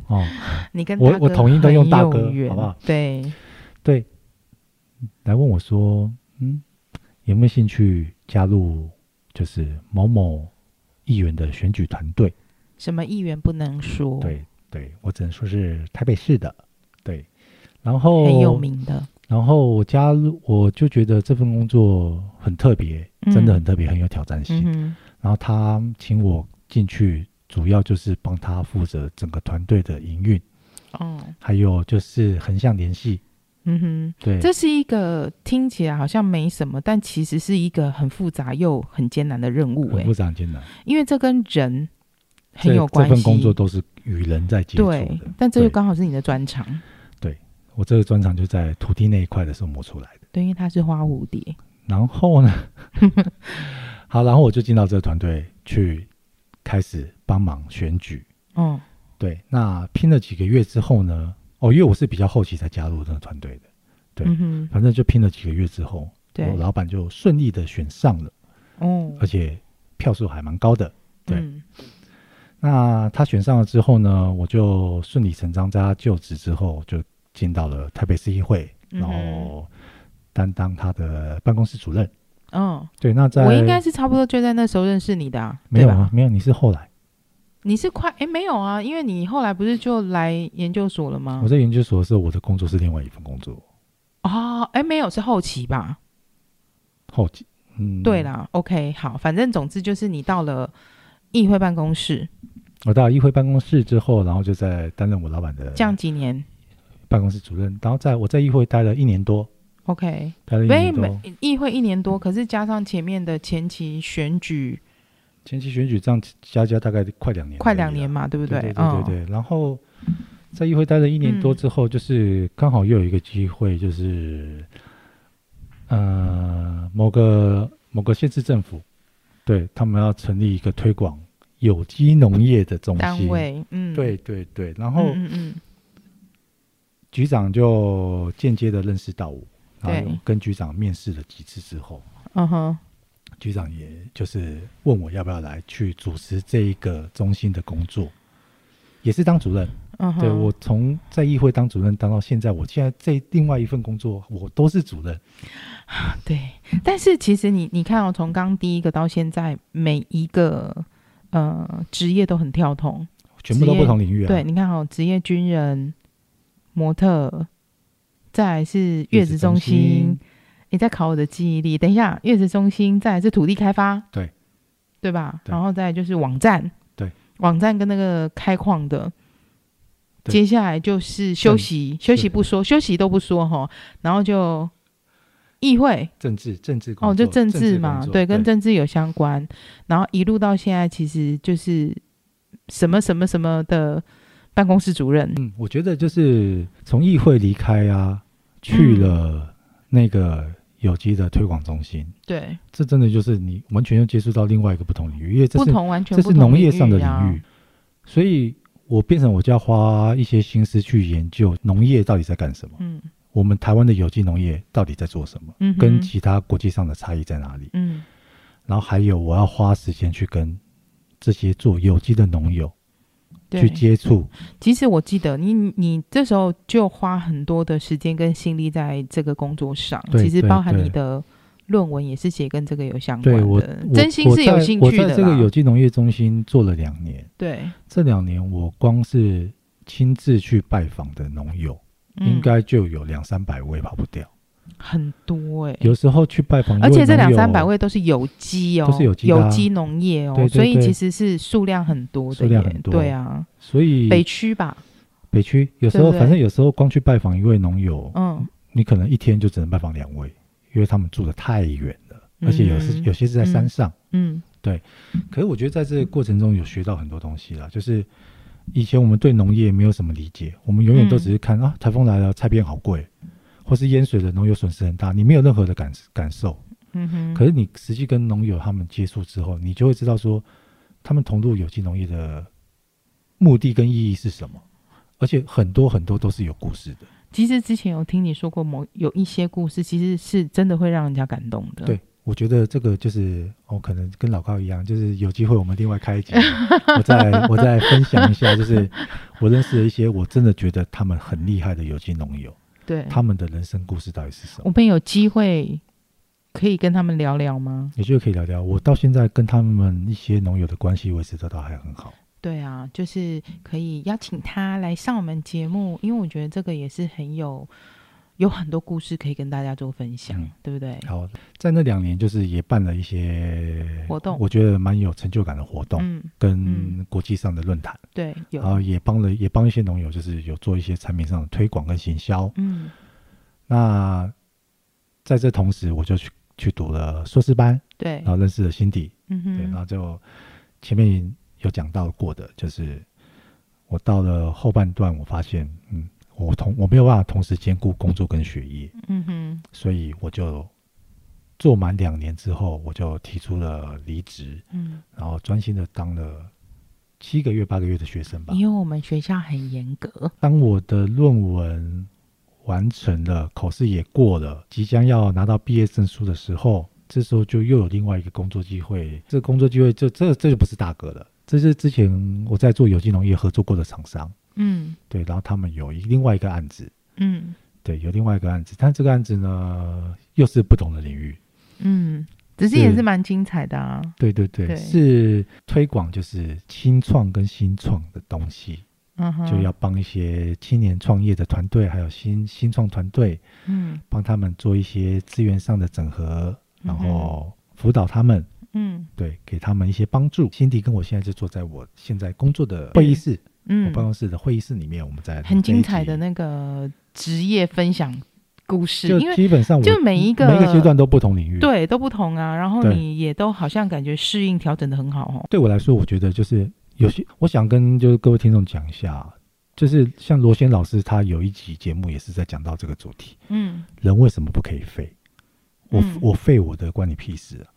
Speaker 1: 哦，
Speaker 2: 哼，你跟
Speaker 1: 我
Speaker 2: 大
Speaker 1: 我
Speaker 2: 哥
Speaker 1: 统一都用
Speaker 2: 很
Speaker 1: 大
Speaker 2: 有
Speaker 1: 哥
Speaker 2: 缘
Speaker 1: 好不好？
Speaker 2: 对，
Speaker 1: 对，来问我说，嗯，有没有兴趣加入就是某某议员的选举团队？
Speaker 2: 什么议员不能说，，
Speaker 1: 对，对我只能说是台北市的，对。然后
Speaker 2: 很有名的，
Speaker 1: 然后我加入，我就觉得这份工作很特别，真的
Speaker 2: 嗯
Speaker 1: 很特别，很有挑战性
Speaker 2: 嗯。哼，
Speaker 1: 然后他请我进去，主要就是帮他负责整个团队的营运，
Speaker 2: 哦，
Speaker 1: 还有就是横向联系，
Speaker 2: 嗯哼，
Speaker 1: 对，
Speaker 2: 这是一个听起来好像没什么，但其实是一个很复杂又很艰难的任务
Speaker 1: 很
Speaker 2: 哎、
Speaker 1: 复杂很艰难，
Speaker 2: 因为这跟人很
Speaker 1: 这
Speaker 2: 有关
Speaker 1: 这
Speaker 2: 系。
Speaker 1: 份工作都是与人在接触的
Speaker 2: 对，，但这就
Speaker 1: 对
Speaker 2: 刚好是你的专长，
Speaker 1: 我这个专长就在土地那一块的时候磨出来的。
Speaker 2: 对，因为它是花蝴蝶。
Speaker 1: 然后 呢，好，然后我就进到这个团队去开始帮忙选举。
Speaker 2: 哦，
Speaker 1: 对，那拼了几个月之后呢，哦，因为我是比较后期才加入这个团队的，对
Speaker 2: 嗯哼，
Speaker 1: 反正就拼了几个月之后，
Speaker 2: 对
Speaker 1: 我，老板就顺利的选上了，
Speaker 2: 哦，
Speaker 1: 而且票数还蛮高的。呃对
Speaker 2: 嗯
Speaker 1: 那他选上了之后呢，我就顺理成章在他就职之后，就进到了台北市议会，
Speaker 2: 嗯
Speaker 1: 然
Speaker 2: 哼
Speaker 1: 后担当他的办公室主任。
Speaker 2: 哦，
Speaker 1: 对，那在
Speaker 2: 我应该是差不多就在那时候认识你的、啊，
Speaker 1: 没有
Speaker 2: 对吧
Speaker 1: 啊？，没有，你是后来，
Speaker 2: 你是快哎没有啊，因为你后来不是就来研究所了吗
Speaker 1: 我？在研究所的时候，我的工作是另外一份工作，
Speaker 2: 哦，哎没有是后期吧？
Speaker 1: 后期。嗯，
Speaker 2: 对，啦，OK，好，反正总之就是你到了议会办公室，
Speaker 1: 我到议会办公室之后，然后就在担任我老板的
Speaker 2: 这样几年
Speaker 1: 办公室主任，然后在我在议会待了一年多，
Speaker 2: ，OK，
Speaker 1: 待了一
Speaker 2: 所以
Speaker 1: 年
Speaker 2: 每
Speaker 1: 多。
Speaker 2: 议会一年多，可是加上前面的前期选举，
Speaker 1: 前期选举这样加加大概快两年，
Speaker 2: 快两年，嘛，对不嗯
Speaker 1: 对
Speaker 2: 对
Speaker 1: 对对对。然后在议会待了一年多之后，就是刚好又有一个机会，就是呃某个某个县市政府，对他们要成立一个推广有机农业的中
Speaker 2: 嗯单
Speaker 1: 心，
Speaker 2: 位，嗯，
Speaker 1: 对对对。然
Speaker 2: 嗯，
Speaker 1: 后
Speaker 2: 嗯嗯
Speaker 1: 局长就间接的认识到我，然后
Speaker 2: 对
Speaker 1: 跟局长面试了几次之后。
Speaker 2: 嗯嗯哼，
Speaker 1: 局长也就是问我要不要来去主持这一个中心的工作，也是当主任。
Speaker 2: 嗯哼，
Speaker 1: 对我从在议会当主任当到现在，我现在这另外一份工作我都是主任。
Speaker 2: 对，但是其实你你看哦，从刚第一个到现在，每一个呃职业都很跳通。
Speaker 1: 全部都不同领域啊，
Speaker 2: 对，，你看哦，职业军人、模特，再来是月子中心，
Speaker 1: 心，
Speaker 2: 你在考我的记忆力。等一下，月子中心，再来是土地开发，
Speaker 1: 对，
Speaker 2: 对吧？
Speaker 1: 对
Speaker 2: 然后再来就是网站，
Speaker 1: 对，
Speaker 2: 网站跟那个开矿的。
Speaker 1: 对
Speaker 2: 接下来就是休
Speaker 1: 政
Speaker 2: 息，休息
Speaker 1: 对
Speaker 2: 不说，休息都不说哈，然后就议会，
Speaker 1: 政治政治工
Speaker 2: 哦，
Speaker 1: 作
Speaker 2: 就政治嘛，
Speaker 1: 工作
Speaker 2: 对，跟
Speaker 1: 对
Speaker 2: 政治有相关。然后一路到现在，其实就是什么什么什么的办公室主任，
Speaker 1: 嗯，我觉得就是从议会离开啊，去
Speaker 2: 嗯
Speaker 1: 了那个有机的推广中心，
Speaker 2: 对，
Speaker 1: 这真的就是你完全又接触到另外一个不同领域，因为这
Speaker 2: 不
Speaker 1: 是
Speaker 2: 同完全
Speaker 1: 这
Speaker 2: 不
Speaker 1: 是
Speaker 2: 同
Speaker 1: 农业上的领
Speaker 2: 啊
Speaker 1: 域，，所以我变成我就要花一些心思去研究农业到底在干什么，
Speaker 2: 嗯
Speaker 1: 我们台湾的有机农业到底在做什么，
Speaker 2: 嗯哼，
Speaker 1: 跟其他国际上的差异在哪里。
Speaker 2: 嗯
Speaker 1: 然后还有我要花时间去跟这些做有机的农友去
Speaker 2: 对。
Speaker 1: 接触，
Speaker 2: 其实我记得你你这时候就花很多的时间跟心力在这个工作上，
Speaker 1: 对
Speaker 2: 其实
Speaker 1: 对
Speaker 2: 包含
Speaker 1: 对
Speaker 2: 你的论文也是写跟这个有相
Speaker 1: 对
Speaker 2: 关
Speaker 1: 我
Speaker 2: 的，，
Speaker 1: 我
Speaker 2: 真心
Speaker 1: 我
Speaker 2: 是有
Speaker 1: 在
Speaker 2: 兴
Speaker 1: 我
Speaker 2: 趣
Speaker 1: 在
Speaker 2: 的
Speaker 1: 这个
Speaker 2: 啦
Speaker 1: 有。机农业中心做了两年，
Speaker 2: 对，
Speaker 1: 这两年我光是亲自去拜访的农友，
Speaker 2: 嗯
Speaker 1: 应该就有两三百位跑不掉。
Speaker 2: 很多哎、
Speaker 1: 有时候去拜访一位
Speaker 2: 而
Speaker 1: 农友，
Speaker 2: 且这两三百位都是有机哦，
Speaker 1: 都是有机的啊
Speaker 2: 农业哦，
Speaker 1: 对对
Speaker 2: 所以
Speaker 1: 对
Speaker 2: 其实是数量很多的
Speaker 1: 数
Speaker 2: 耶，
Speaker 1: 量很多嗯
Speaker 2: 对啊，
Speaker 1: 所以
Speaker 2: 北区吧，
Speaker 1: 北区有时候，
Speaker 2: 对不对
Speaker 1: 反正有时候光去拜访一位农友，
Speaker 2: 嗯，
Speaker 1: 你可能一天就只能拜访两位，因为他们住的太远了，而且有时
Speaker 2: 嗯
Speaker 1: 有些是在山上。
Speaker 2: 嗯
Speaker 1: 可是我觉得在这个过程中有学到很多东西啦，就是以前我们对农业没有什么理解，我们永远都只是
Speaker 2: 嗯
Speaker 1: 看、啊，台风来了，菜变好贵，或是淹水了，农友损失很大，你没有任何的感感受。
Speaker 2: 嗯哼，
Speaker 1: 可是你实际跟农友他们接触之后，你就会知道说，他们投入有机农业的目的跟意义是什么，而且很多很多都是有故事的。
Speaker 2: 其实之前有听你说过某有一些故事，其实是真的会让人家感动的，
Speaker 1: 对，，我觉得这个就是哦，可能跟老高一样，就是有机会我们另外开一集， 我再我再分享一下，就是我认识的一些我真的觉得他们很厉害的有机农友，
Speaker 2: 对，
Speaker 1: 他们的人生故事到底是什么？
Speaker 2: 我们有机会可以跟他们聊聊吗？
Speaker 1: 也就可以聊聊。我到现在跟他们一些农友的关系维持得到还很好。
Speaker 2: 对啊，就是可以邀请他来上我们节目，因为我觉得这个也是很有有很多故事可以跟大家做分享，
Speaker 1: 嗯
Speaker 2: 对不对？
Speaker 1: 好，在那两年就是也办了一些
Speaker 2: 活动
Speaker 1: 我觉得蛮有成就感的活动，
Speaker 2: 嗯，
Speaker 1: 跟
Speaker 2: 嗯
Speaker 1: 国际上的论坛，
Speaker 2: 对，有
Speaker 1: 然，后也帮了也帮一些农友，就是有做一些产品上的推广跟行销。
Speaker 2: 嗯
Speaker 1: 那在这同时，我就去去读了硕士班，
Speaker 2: 对
Speaker 1: 然，后认识了辛迪，
Speaker 2: 嗯
Speaker 1: 对，然后
Speaker 2: 哼，
Speaker 1: 就前面有讲到过的，就是我到了后半段，我发现，嗯，我同我没有办法同时兼顾工作跟学业，
Speaker 2: 嗯哼，
Speaker 1: 所以我就做满两年之后，我就提出了离职，
Speaker 2: 嗯，
Speaker 1: 然后专心的当了七个月、八个月的学生吧。
Speaker 2: 因为我们学校很严格，
Speaker 1: 当我的论文完成了，考试也过了，即将要拿到毕业证书的时候，这时候就又有另外一个工作机会。这个工作机会就这这就不是大哥了，这是之前我在做有机农业合作过的厂商，
Speaker 2: 嗯
Speaker 1: 对，然后他们有一另外一个案子，
Speaker 2: 嗯
Speaker 1: 对，有另外一个案子，但这个案子呢又是不同的领域，
Speaker 2: 嗯，只是
Speaker 1: 是
Speaker 2: 也是蛮精彩的啊，
Speaker 1: 对对对，
Speaker 2: 对
Speaker 1: 是推广就是新创跟新创的东西，
Speaker 2: 嗯哼，
Speaker 1: 就要帮一些青年创业的团队，还有新新创团队，
Speaker 2: 嗯
Speaker 1: 帮他们做一些资源上的整合，然
Speaker 2: 嗯哼
Speaker 1: 后辅导他们，
Speaker 2: 嗯
Speaker 1: 对，给他们一些帮助。辛迪跟我现在就坐在我现在工作的会议室，我
Speaker 2: 嗯
Speaker 1: 办，公室的会议室里面，我们在
Speaker 2: 很精彩的
Speaker 1: 那
Speaker 2: 那个职业分享故事，因
Speaker 1: 就
Speaker 2: 为
Speaker 1: 基本上我
Speaker 2: 就每一个
Speaker 1: 每一个阶段都不同领域。，
Speaker 2: 对都不同啊，然后
Speaker 1: 对
Speaker 2: 你也都好像感觉适应调整的很好哦，
Speaker 1: 对我来说，我觉得就是有些，我想跟就是各位听众讲一下，啊就是像罗先老师他有一集节目也是在讲到这个主题，
Speaker 2: 嗯，
Speaker 1: 人为什么不可以废？我、
Speaker 2: 嗯
Speaker 1: 我废我的关你屁事啊！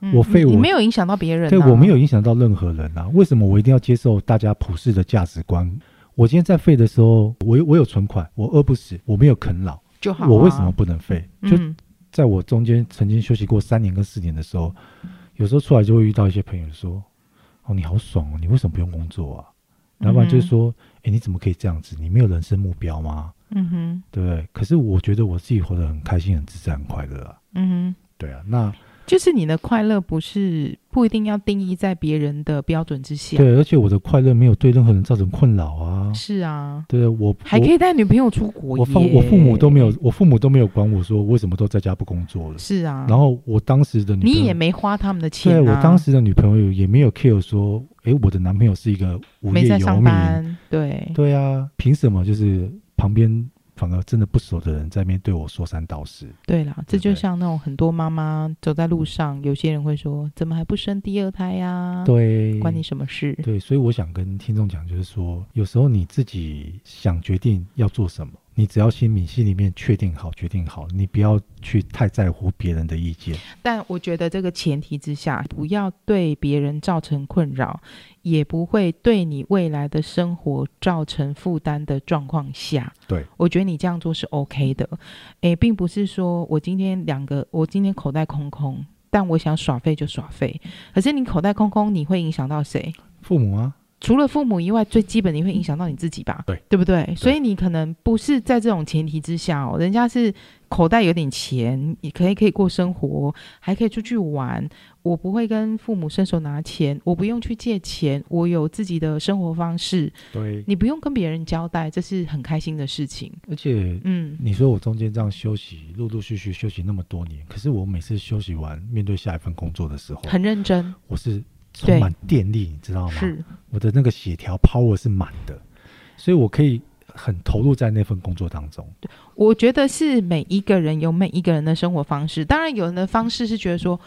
Speaker 2: 嗯
Speaker 1: 我废
Speaker 2: 你
Speaker 1: 我
Speaker 2: 你没有影响到别人、啊，
Speaker 1: 对我没有影响到任何人啊，为什么我一定要接受大家普世的价值观？我今天在废的时候，我有我有存款，我饿不死，我没有啃老，
Speaker 2: 就好、啊，
Speaker 1: 我为什么不能废？就
Speaker 2: 嗯
Speaker 1: 在我中间曾经休息过三年跟四年的时候，有时候出来就会遇到一些朋友说：“哦，你好爽哦，你为什么不用工作啊？”老板就
Speaker 2: 嗯
Speaker 1: 是
Speaker 2: 哼
Speaker 1: 说：“诶，你怎么可以这样子？你没有人生目标吗？
Speaker 2: 嗯哼
Speaker 1: 对不对？”可是我觉得我自己活得很开心、很自在、很快乐啊。
Speaker 2: 嗯哼。
Speaker 1: 对啊，那
Speaker 2: 就是你的快乐不是不一定要定义在别人的标准之下，
Speaker 1: 对，而且我的快乐没有对任何人造成困扰啊。
Speaker 2: 是啊，
Speaker 1: 对，我
Speaker 2: 还
Speaker 1: 我
Speaker 2: 可以带女朋友出国
Speaker 1: 我
Speaker 2: 耶
Speaker 1: 父我父母都没有，我父母都没有管我说为什么都在家不工作了。
Speaker 2: 是啊，
Speaker 1: 然后我当时的女朋友
Speaker 2: 你也没花他们的钱、啊，
Speaker 1: 对我当时的女朋友也没有 care 说，诶，我的男朋友是一个无
Speaker 2: 没
Speaker 1: 业
Speaker 2: 在
Speaker 1: 游
Speaker 2: 上
Speaker 1: 民，
Speaker 2: 班，嗯对，
Speaker 1: 对啊，凭什么就是旁边反而真的不熟的人在面对我说三道四？
Speaker 2: 对啦，这
Speaker 1: 对
Speaker 2: 就
Speaker 1: 对
Speaker 2: 像那种很多妈妈走在路上，有些人会说怎么还不生第二胎呀、啊？，
Speaker 1: 对，
Speaker 2: 关你什么事？
Speaker 1: 对，所以我想跟听众讲，就是说，有时候你自己想决定要做什么，你只要心里心里面确定好，决定好，你不要去太在乎别人的意见。
Speaker 2: 但我觉得这个前提之下，不要对别人造成困扰，也不会对你未来的生活造成负担的状况下，
Speaker 1: 对，
Speaker 2: 我觉得你这样做是 OK 的。诶，并不是说我今天两个，我今天口袋空空，但我想耍废就耍废。可是你口袋空空，你会影响到谁？
Speaker 1: 父母啊，
Speaker 2: 除了父母以外，最基本你会影响到你自己吧？
Speaker 1: 对，
Speaker 2: 对不对？所以你可能不是在这种前提之下哦，人家是口袋有点钱，你可以可以过生活，还可以出去玩。我不会跟父母伸手拿钱，我不用去借钱，我有自己的生活方式，
Speaker 1: 对，
Speaker 2: 你不用跟别人交代，这是很开心的事情。
Speaker 1: 而且
Speaker 2: 嗯，
Speaker 1: 你说我中间这样休息，陆陆续续休息那么多年，可是我每次休息完，面对下一份工作的时候，
Speaker 2: 很认真，
Speaker 1: 我是
Speaker 2: 对
Speaker 1: 充满电力，你知道吗？
Speaker 2: 是，
Speaker 1: 我的那个血条 power 是满的，所以我可以很投入在那份工作当中。
Speaker 2: 我觉得是每一个人有每一个人的生活方式，当然有人的方式是觉得说。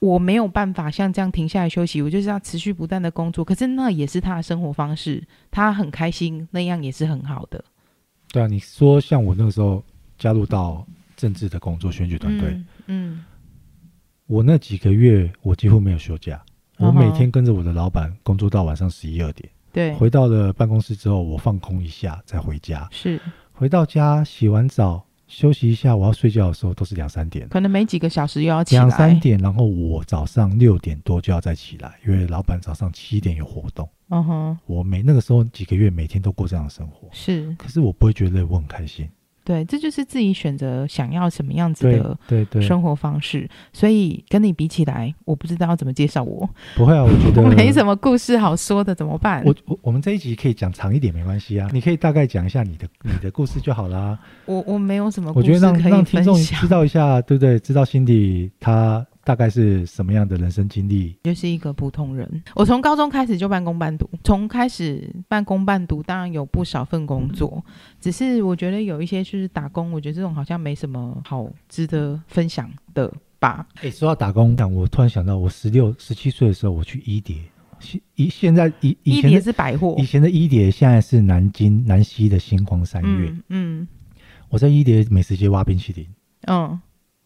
Speaker 2: 我没有办法像这样停下来休息，我就是要持续不断的工作。可是那也是他的生活方式，他很开心，那样也是很好的。
Speaker 1: 对啊，你说像我那个时候加入到政治的工作选举团队，
Speaker 2: 嗯，
Speaker 1: 我那几个月我几乎没有休假，我
Speaker 2: 嗯哼
Speaker 1: 每天跟着我的老板工作到晚上十一二点，
Speaker 2: 嗯，对，
Speaker 1: 回到了办公室之后，我放空一下再回家。
Speaker 2: 是
Speaker 1: 回到家洗完澡休息一下，我要睡觉的时候都是两三点，
Speaker 2: 可能没几个小时又要起来。
Speaker 1: 两三，点，然后我早上六点多就要再起来，因为老板早上七点有活动。
Speaker 2: 嗯哼，
Speaker 1: 我每那个时候几个月每天都过这样的生活，
Speaker 2: 是
Speaker 1: 可是我不会觉得累，我很开心。
Speaker 2: 对，这就是自己选择想要什么样子
Speaker 1: 对
Speaker 2: 的
Speaker 1: 对对，
Speaker 2: 生活方式。所以跟你比起来，我不知道怎么介绍我，
Speaker 1: 不会啊，我觉
Speaker 2: 我
Speaker 1: 得
Speaker 2: 没什么故事好说的，怎么办？
Speaker 1: 我我我们这一集可以讲长一点，没关系啊。你可以大概讲一下你的你的故事就好 啦。
Speaker 2: 我我没有什么故
Speaker 1: 我
Speaker 2: 事
Speaker 1: 觉得让
Speaker 2: 可以
Speaker 1: 让听
Speaker 2: 分
Speaker 1: 众
Speaker 2: 享。
Speaker 1: 知道一下，对不对？知道辛迪他大概是什么样的人生经历？
Speaker 2: 就是一个普通人。我从高中开始就半工半读，从开始半工半读，当然有不少份工作，只是我觉得有一些就是打工，我觉得这种好像没什么好值得分享的吧。
Speaker 1: 哎，说到打工，讲我突然想到，我十六、十七岁的时候，我去一叠，现一现在以以
Speaker 2: 一
Speaker 1: 前
Speaker 2: 叠
Speaker 1: 的
Speaker 2: 是百货
Speaker 1: 以，前的一叠，现在是南京南溪的星光三月。
Speaker 2: 嗯嗯
Speaker 1: 我在一叠美食街挖冰淇淋，
Speaker 2: 嗯，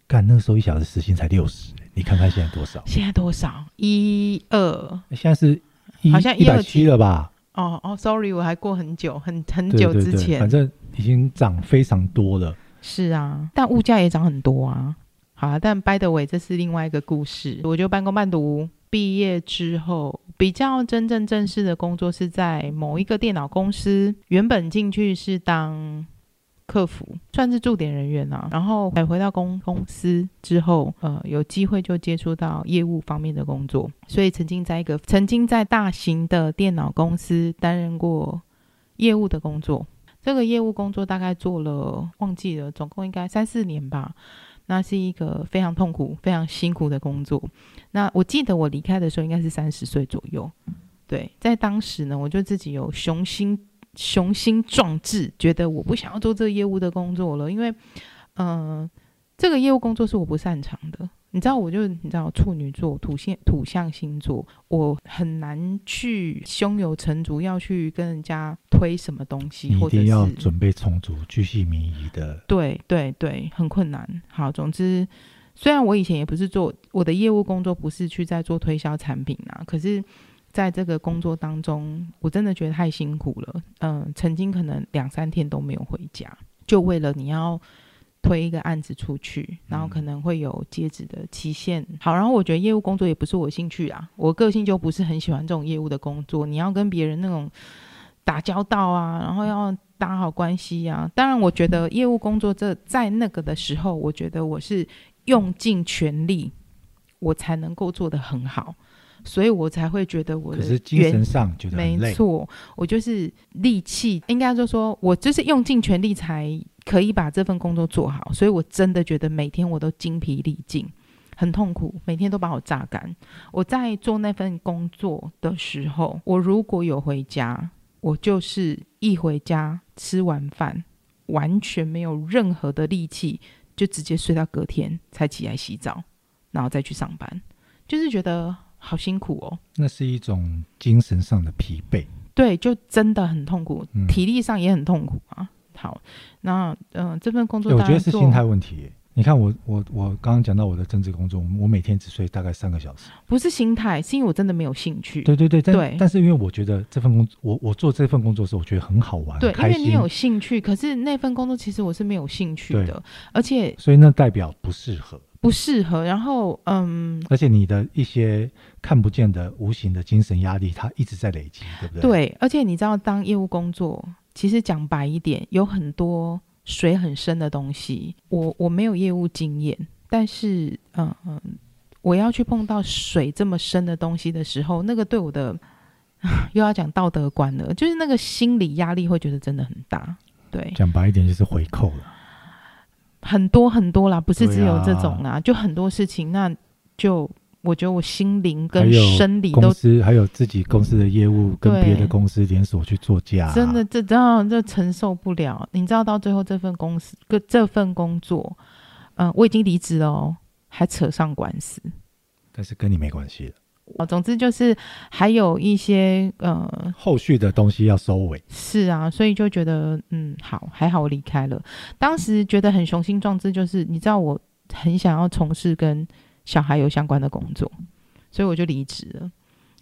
Speaker 1: 干那时候一小时时薪才六十，你看看现在多 少？
Speaker 2: 现在多少？一二
Speaker 1: 现在是一
Speaker 2: 好像
Speaker 1: 一百
Speaker 2: 120
Speaker 1: 七了吧？
Speaker 2: 哦哦，sorry，我还过很久，很很
Speaker 1: 对
Speaker 2: 久
Speaker 1: 对
Speaker 2: 之
Speaker 1: 对，
Speaker 2: 前
Speaker 1: 反正已经涨非常多了。
Speaker 2: 是啊，但物价也涨很多啊。好啊，但 by the way，这是另外一个故事。我就半工半读，毕业之后比较真正正式的工作是在某一个电脑公司，原本进去是当客服，算是驻点人员啊。然后才回到公公司之后，呃，有机会就接触到业务方面的工作，所以曾经在一个曾经在大型的电脑公司担任过业务的工作。这个业务工作大概做了，忘记了，总共应该三四年吧。那是一个非常痛苦、非常辛苦的工作。那我记得我离开的时候应该是三十岁左右，对，在当时呢，我就自己有雄心、雄心壮志，觉得我不想要做这个业务的工作了，因为，嗯、这个业务工作是我不擅长的。你知道，我就你知道处女座、土象土象星座，我很难去胸有成竹要去跟人家推什么东西，
Speaker 1: 你一
Speaker 2: 或者
Speaker 1: 定
Speaker 2: 是
Speaker 1: 要准备充足，巨细靡遗的。
Speaker 2: 对对对，很困难。好，总之，虽然我以前也不是做我的业务工作，不是去在做推销产品啊，可是在这个工作当中，我真的觉得太辛苦了。嗯、曾经可能两三天都没有回家，就为了你要。推一个案子出去，然后可能会有截止的期限。好，然后我觉得业务工作也不是我兴趣啊，我个性就不是很喜欢这种业务的工作。你要跟别人那种打交道啊，然后要打好关系啊。当然，我觉得业务工作这在那个的时候，我觉得我是用尽全力，我才能够做得很好，所以我才会觉得我
Speaker 1: 可
Speaker 2: 的
Speaker 1: 是精
Speaker 2: 原
Speaker 1: 神上觉得很
Speaker 2: 没
Speaker 1: 累，
Speaker 2: 错，我就是力气，应该就说我就是用尽全力才可以把这份工作做好，所以我真的觉得每天我都精疲力尽，很痛苦，每天都把我榨干。我在做那份工作的时候，我如果有回家，我就是一回家吃完饭，完全没有任何的力气，就直接睡到隔天才起来洗澡，然后再去上班，就是觉得好辛苦哦。
Speaker 1: 那是一种精神上的疲惫。
Speaker 2: 对，就真的很痛苦，
Speaker 1: 嗯
Speaker 2: 体力上也很痛苦啊。好，那嗯、呃这份工作
Speaker 1: 对，哎我
Speaker 2: 当
Speaker 1: 觉得
Speaker 2: 然
Speaker 1: 是
Speaker 2: 做
Speaker 1: 心态问题耶。你看我我我刚刚讲到我的政治工作，我每天只睡大概三个小时。
Speaker 2: 不是心态，是因为我真的没有兴趣。
Speaker 1: 对对对，但
Speaker 2: 对
Speaker 1: 但是因为我觉得这份工作，我我做这份工作的时候，我觉得很好玩，
Speaker 2: 对，
Speaker 1: 很
Speaker 2: 因
Speaker 1: 开
Speaker 2: 为你
Speaker 1: 心，
Speaker 2: 有兴趣，可是那份工作其实我是没有兴趣
Speaker 1: 对
Speaker 2: 的，而且
Speaker 1: 所以那代表不适合。
Speaker 2: 不适合。然后，嗯，
Speaker 1: 而且你的一些看不见的、无形的精神压力，它一直在累积，对不对？
Speaker 2: 对，而且你知道，当业务工作，其实讲白一点，有很多水很深的东西。我我没有业务经验，但是嗯嗯，我要去碰到水这么深的东西的时候，那个对我的 又要讲道德观了，就是那个心理压力会觉得真的很大。对，
Speaker 1: 讲白一点就是回扣了。
Speaker 2: 很多很多啦，不是只有这种
Speaker 1: 对
Speaker 2: 啦，就很多事情，那就我觉得我心灵
Speaker 1: 还
Speaker 2: 跟
Speaker 1: 有
Speaker 2: 生理
Speaker 1: 公
Speaker 2: 都
Speaker 1: 司还有自己公司的业务跟
Speaker 2: 对
Speaker 1: 别的公司联手去做价，
Speaker 2: 真的，这当然这承受不了。你知道到最后这份公司，个这份工作，嗯、我已经离职了哦，还扯上官司。
Speaker 1: 但是跟你没关系了。
Speaker 2: 哦，总之就是还有一些呃，
Speaker 1: 后续的东西要收尾，
Speaker 2: 是啊，所以就觉得嗯，好，还好我离开了。当时觉得很雄心壮志，就是你知道我很想要从事跟小孩有相关的工作，所以我就离职了。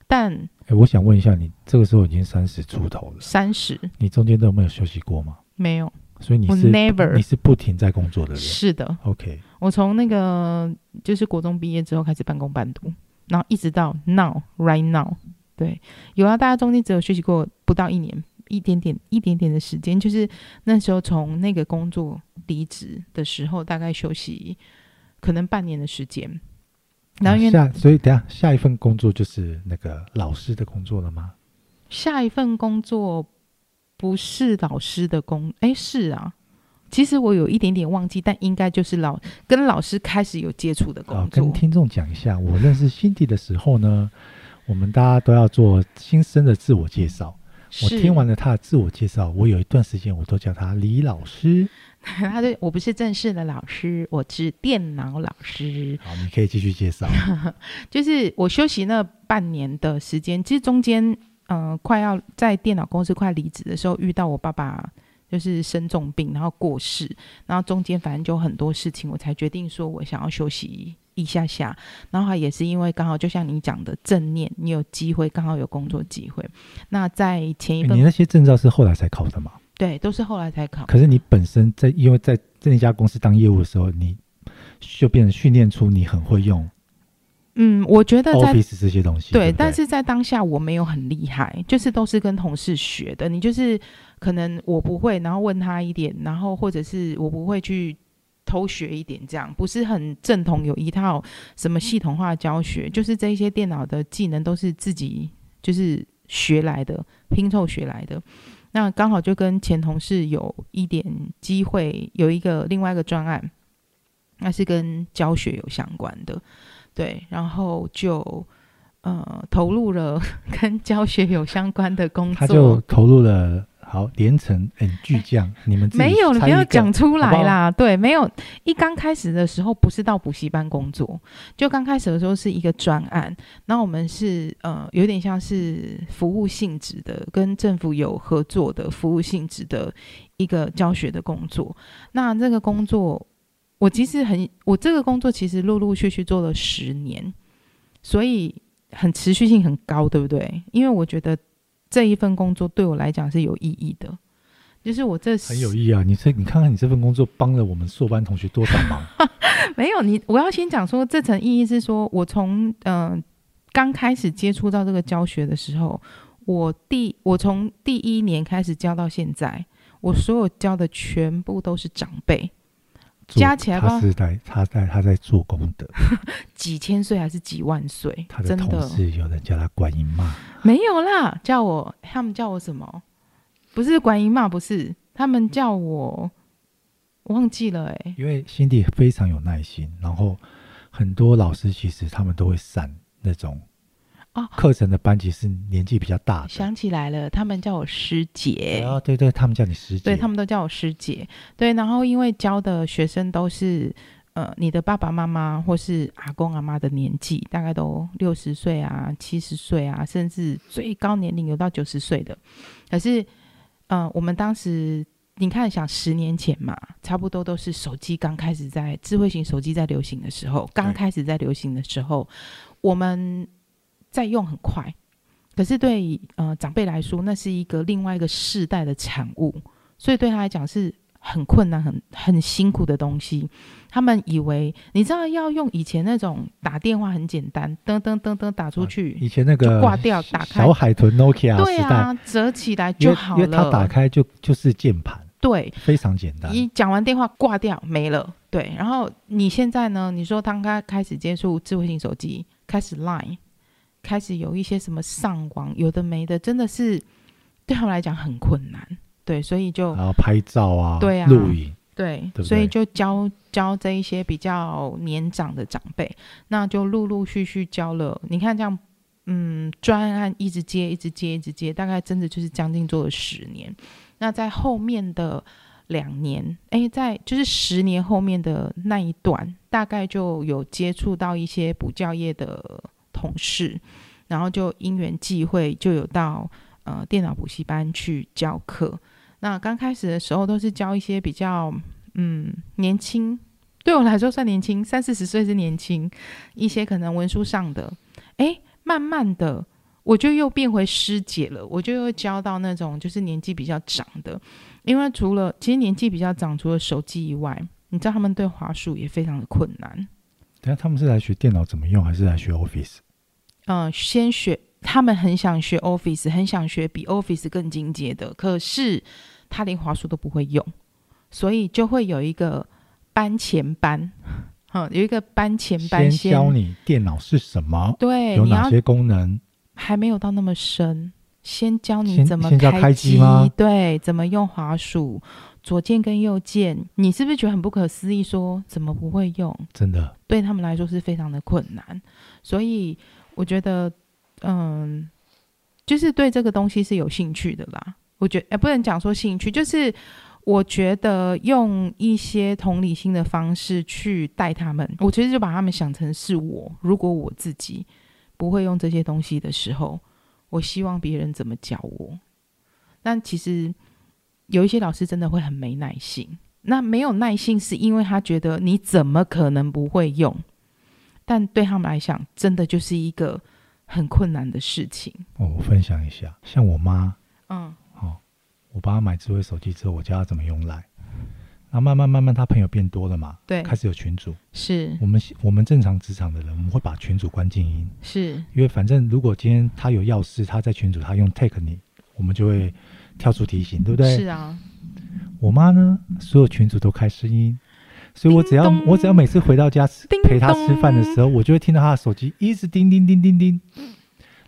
Speaker 2: 但
Speaker 1: 哎，我想问一下你，这个时候已经三十出头了，
Speaker 2: 三十
Speaker 1: 你中间都没有休息过吗？
Speaker 2: 没有，
Speaker 1: 所以你
Speaker 2: 我
Speaker 1: 是你
Speaker 2: never
Speaker 1: 是不停在工作的人
Speaker 2: 是的，
Speaker 1: ，OK？
Speaker 2: 我从那个就是国中毕业之后开始半工半读，然后一直到 now right now，对，有啊，大家中间只有休息过不到一年，一点点一点点的时间，就是那时候从那个工作离职的时候，大概休息可能半年的时间，然后因为
Speaker 1: 啊下，所以等一下下一份工作就是那个老师的工作了吗？
Speaker 2: 下一份工作不是老师的工，哎，是啊，其实我有一点点忘记，但应该就是老跟老师开始有接触的工
Speaker 1: 啊，
Speaker 2: 作。
Speaker 1: 跟听众讲一下，我认识辛迪的时候呢，我们大家都要做新生的自我介绍。我
Speaker 2: 是
Speaker 1: 听完了他的自我介绍，我有一段时间我都叫他李老师。
Speaker 2: 他对我不是正式的老师，我是电脑老师。
Speaker 1: 好，你可以继续介绍。
Speaker 2: 就是我休息那半年的时间，其实中间，呃，快要在电脑公司快离职的时候，遇到我爸爸就是生重病，然后过世，然后中间反正就很多事情，我才决定说我想要休息一下下。然后也是因为刚好就像你讲的正念，你有机会刚好有工作机会。那在前一
Speaker 1: 欸
Speaker 2: 份、
Speaker 1: 你那些证照是后来才考的嘛？
Speaker 2: 对都是后来才考，
Speaker 1: 可是你本身在因为在这一家公司当业务的时候，你就变成训练出你很会用
Speaker 2: 嗯，我觉得在
Speaker 1: Office 这些东西。对不对，
Speaker 2: 但是在当下我没有很厉害，就是都是跟同事学的。你就是可能我不会，然后问他一点，然后或者是我不会去偷学一点，这样不是很正统，有一套什么系统化教学，就是这一些电脑的技能都是自己就是学来的，拼凑学来的。那刚好就跟前同事有一点机会，有一个另外一个专案，那是跟教学有相关的，对，然后就呃投入了 跟教学有相关的工
Speaker 1: 他就
Speaker 2: 作。
Speaker 1: 投入了好连城 N 巨匠，你们自己
Speaker 2: 没有，你不
Speaker 1: 参与
Speaker 2: 要
Speaker 1: 一个
Speaker 2: 讲出
Speaker 1: 好不
Speaker 2: 来
Speaker 1: 好
Speaker 2: 啦。对，没有。一刚开始的时候不是到补习班工作，就刚开始的时候是一个专案。那我们是呃有点像是服务性质的，跟政府有合作的服务性质的一个教学的工作。那这个工作，我其实很，我这个工作其实陆陆续续做了十年，所以很持续性很高，对不对？因为我觉得这一份工作对我来讲是有意义的，就是我这
Speaker 1: 很有意义啊！你这你看看你这份工作帮了我们硕班同学多少忙？
Speaker 2: 没有你，我要先讲说这层意义是说，我从嗯刚开始接触到这个教学的时候，我第我从第一年开始教到现在，我所有教的全部都是长辈，
Speaker 1: 做
Speaker 2: 加起来吧
Speaker 1: 他是在他在他在做功德，
Speaker 2: 几千岁还是几万岁
Speaker 1: 他，的
Speaker 2: 真
Speaker 1: 同
Speaker 2: 的
Speaker 1: 事有人叫他观音妈，
Speaker 2: 没有啦，叫我他们叫我什么？不是观音嘛，不是，他们叫我忘记了哎、
Speaker 1: 因为辛迪非常有耐心，然后很多老师其实他们都会散那种
Speaker 2: 哦
Speaker 1: 课程的班级是年纪比较大的，
Speaker 2: 想起来了，他们叫我师姐。
Speaker 1: 啊，对对，他们叫你师姐，
Speaker 2: 对他们都叫我师姐。对，然后因为教的学生都是呃你的爸爸妈妈或是阿公阿妈的年纪，大概都六十岁啊、七十岁啊，甚至最高年龄有到九十岁的。可是，呃，我们当时你看，想十年前嘛，差不多都是手机刚开始在智慧型手机在流行的时候，刚开始在流行的时候，我们在用很快。可是对呃长辈来说，那是一个另外一个世代的产物，所以对他来讲是很困难、很很辛苦的东西。他们以为你知道要用以前那种打电话很简单，噔噔噔噔打出去，
Speaker 1: 以前那啊个
Speaker 2: 就挂掉打开
Speaker 1: 小海豚 Nokia
Speaker 2: 对
Speaker 1: 时代，
Speaker 2: 啊，折起来
Speaker 1: 因
Speaker 2: 就
Speaker 1: 为
Speaker 2: 好
Speaker 1: 因
Speaker 2: 了。
Speaker 1: 为它打开就就是键盘，
Speaker 2: 对，
Speaker 1: 非常简单。
Speaker 2: 一讲完电话挂掉没了。对，然后你现在呢？你说当他开始接触智慧型手机，开始 Line，开始有一些什么上网，有的没的，真的是对他们来讲很困难。对，所以就
Speaker 1: 然后拍照啊，
Speaker 2: 对啊
Speaker 1: 录影，
Speaker 2: 对，
Speaker 1: 对不
Speaker 2: 所以
Speaker 1: 对
Speaker 2: 就教教这一些比较年长的长辈，那就陆陆续续教了。你看这样，嗯，专案一直接，一直接，一直接，大概真的就是将近做了十年。那在后面的两年，哎，在就是十年后面的那一段，大概就有接触到一些补教业的同事，然后就因缘际会，就有到呃电脑补习班去教课。那刚开始的时候都是教一些比较嗯年轻，对我来说算年轻，三四十岁是年轻，一些可能文书上的，诶，慢慢的我就又变回师姐了，我就又教到那种就是年纪比较长的，因为除了其实年纪比较长，除了手机以外，你知道他们对华数也非常的困难，
Speaker 1: 等啊下他们是来学电脑怎么用，还是来学 Office？
Speaker 2: 嗯，先学，他们很想学 Office，很想学比 Office 更进阶的，可是他连华数都不会用，所以就会有一个班前班，嗯，有一个班前班先
Speaker 1: 教你电脑是什么，
Speaker 2: 对，
Speaker 1: 有
Speaker 2: 你
Speaker 1: 哪
Speaker 2: 要
Speaker 1: 些功能，
Speaker 2: 还没有到那么深，先教你
Speaker 1: 先
Speaker 2: 怎么
Speaker 1: 先教开机吗
Speaker 2: 对，怎么用滑鼠，左键跟右键，你是不是觉得很不可思议说怎么不会用？
Speaker 1: 真的，
Speaker 2: 对他们来说是非常的困难，所以我觉得，嗯，就是对这个东西是有兴趣的啦。我觉得，哎、不能讲说兴趣，就是我觉得用一些同理心的方式去带他们，我其实就把他们想成是我，如果我自己不会用这些东西的时候，我希望别人怎么教我。但其实有一些老师真的会很没耐心，那没有耐性，是因为他觉得你怎么可能不会用？但对他们来讲，真的就是一个很困难的事情。
Speaker 1: 哦，我分享一下，像我妈，
Speaker 2: 嗯
Speaker 1: 哦，我帮她买智慧手机之后，我教她怎么用来，那慢慢慢慢，她朋友变多了嘛，
Speaker 2: 对
Speaker 1: 开始有群组。
Speaker 2: 是
Speaker 1: 我们我们正常职场的人，我们会把群组关静音，
Speaker 2: 是，
Speaker 1: 因为反正如果今天他有要事，他在群组他用 take 你，我们就会跳出提醒，对不对？
Speaker 2: 是啊，
Speaker 1: 我妈呢，所有群组都开声音，所以我只要
Speaker 2: 叮咚
Speaker 1: 我只要每次回到家吃
Speaker 2: 叮咚
Speaker 1: 陪她吃饭的时候，我就会听到她的手机一直叮叮叮叮叮，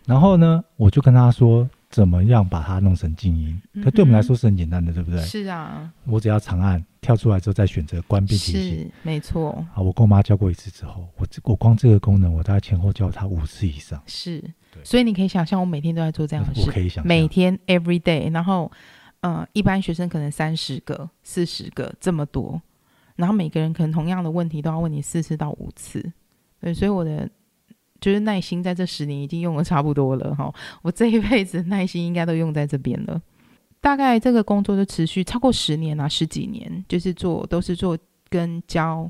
Speaker 1: 然后呢，我就跟她说怎么样把它弄成静音。可对我们来说是很简单的，对不对？
Speaker 2: 嗯是啊，
Speaker 1: 我只要长按跳出来之后再选择关闭提醒。
Speaker 2: 是没错，
Speaker 1: 啊，我跟我妈教过一次之后，我这我光这个功能，我大概前后教她五次以上，
Speaker 2: 是。
Speaker 1: 对
Speaker 2: 所以你可以想象，我每天都在做这样的
Speaker 1: 我
Speaker 2: 事，
Speaker 1: 可以想象
Speaker 2: 每天 every day，然后呃，一般学生可能三十个、四十个这么多，然后每个人可能同样的问题都要问你四次到五次，对，所以我的就是耐心在这十年已经用的差不多了哈，我这一辈子耐心应该都用在这边了。大概这个工作就持续超过十年啊，十几年，就是做都是做跟教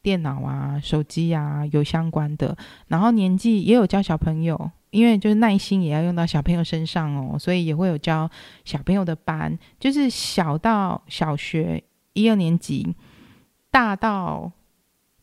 Speaker 2: 电脑啊、手机啊有相关的，然后年纪也有教小朋友，因为就是耐心也要用到小朋友身上哦，所以也会有教小朋友的班，就是小到小学一二年级，大到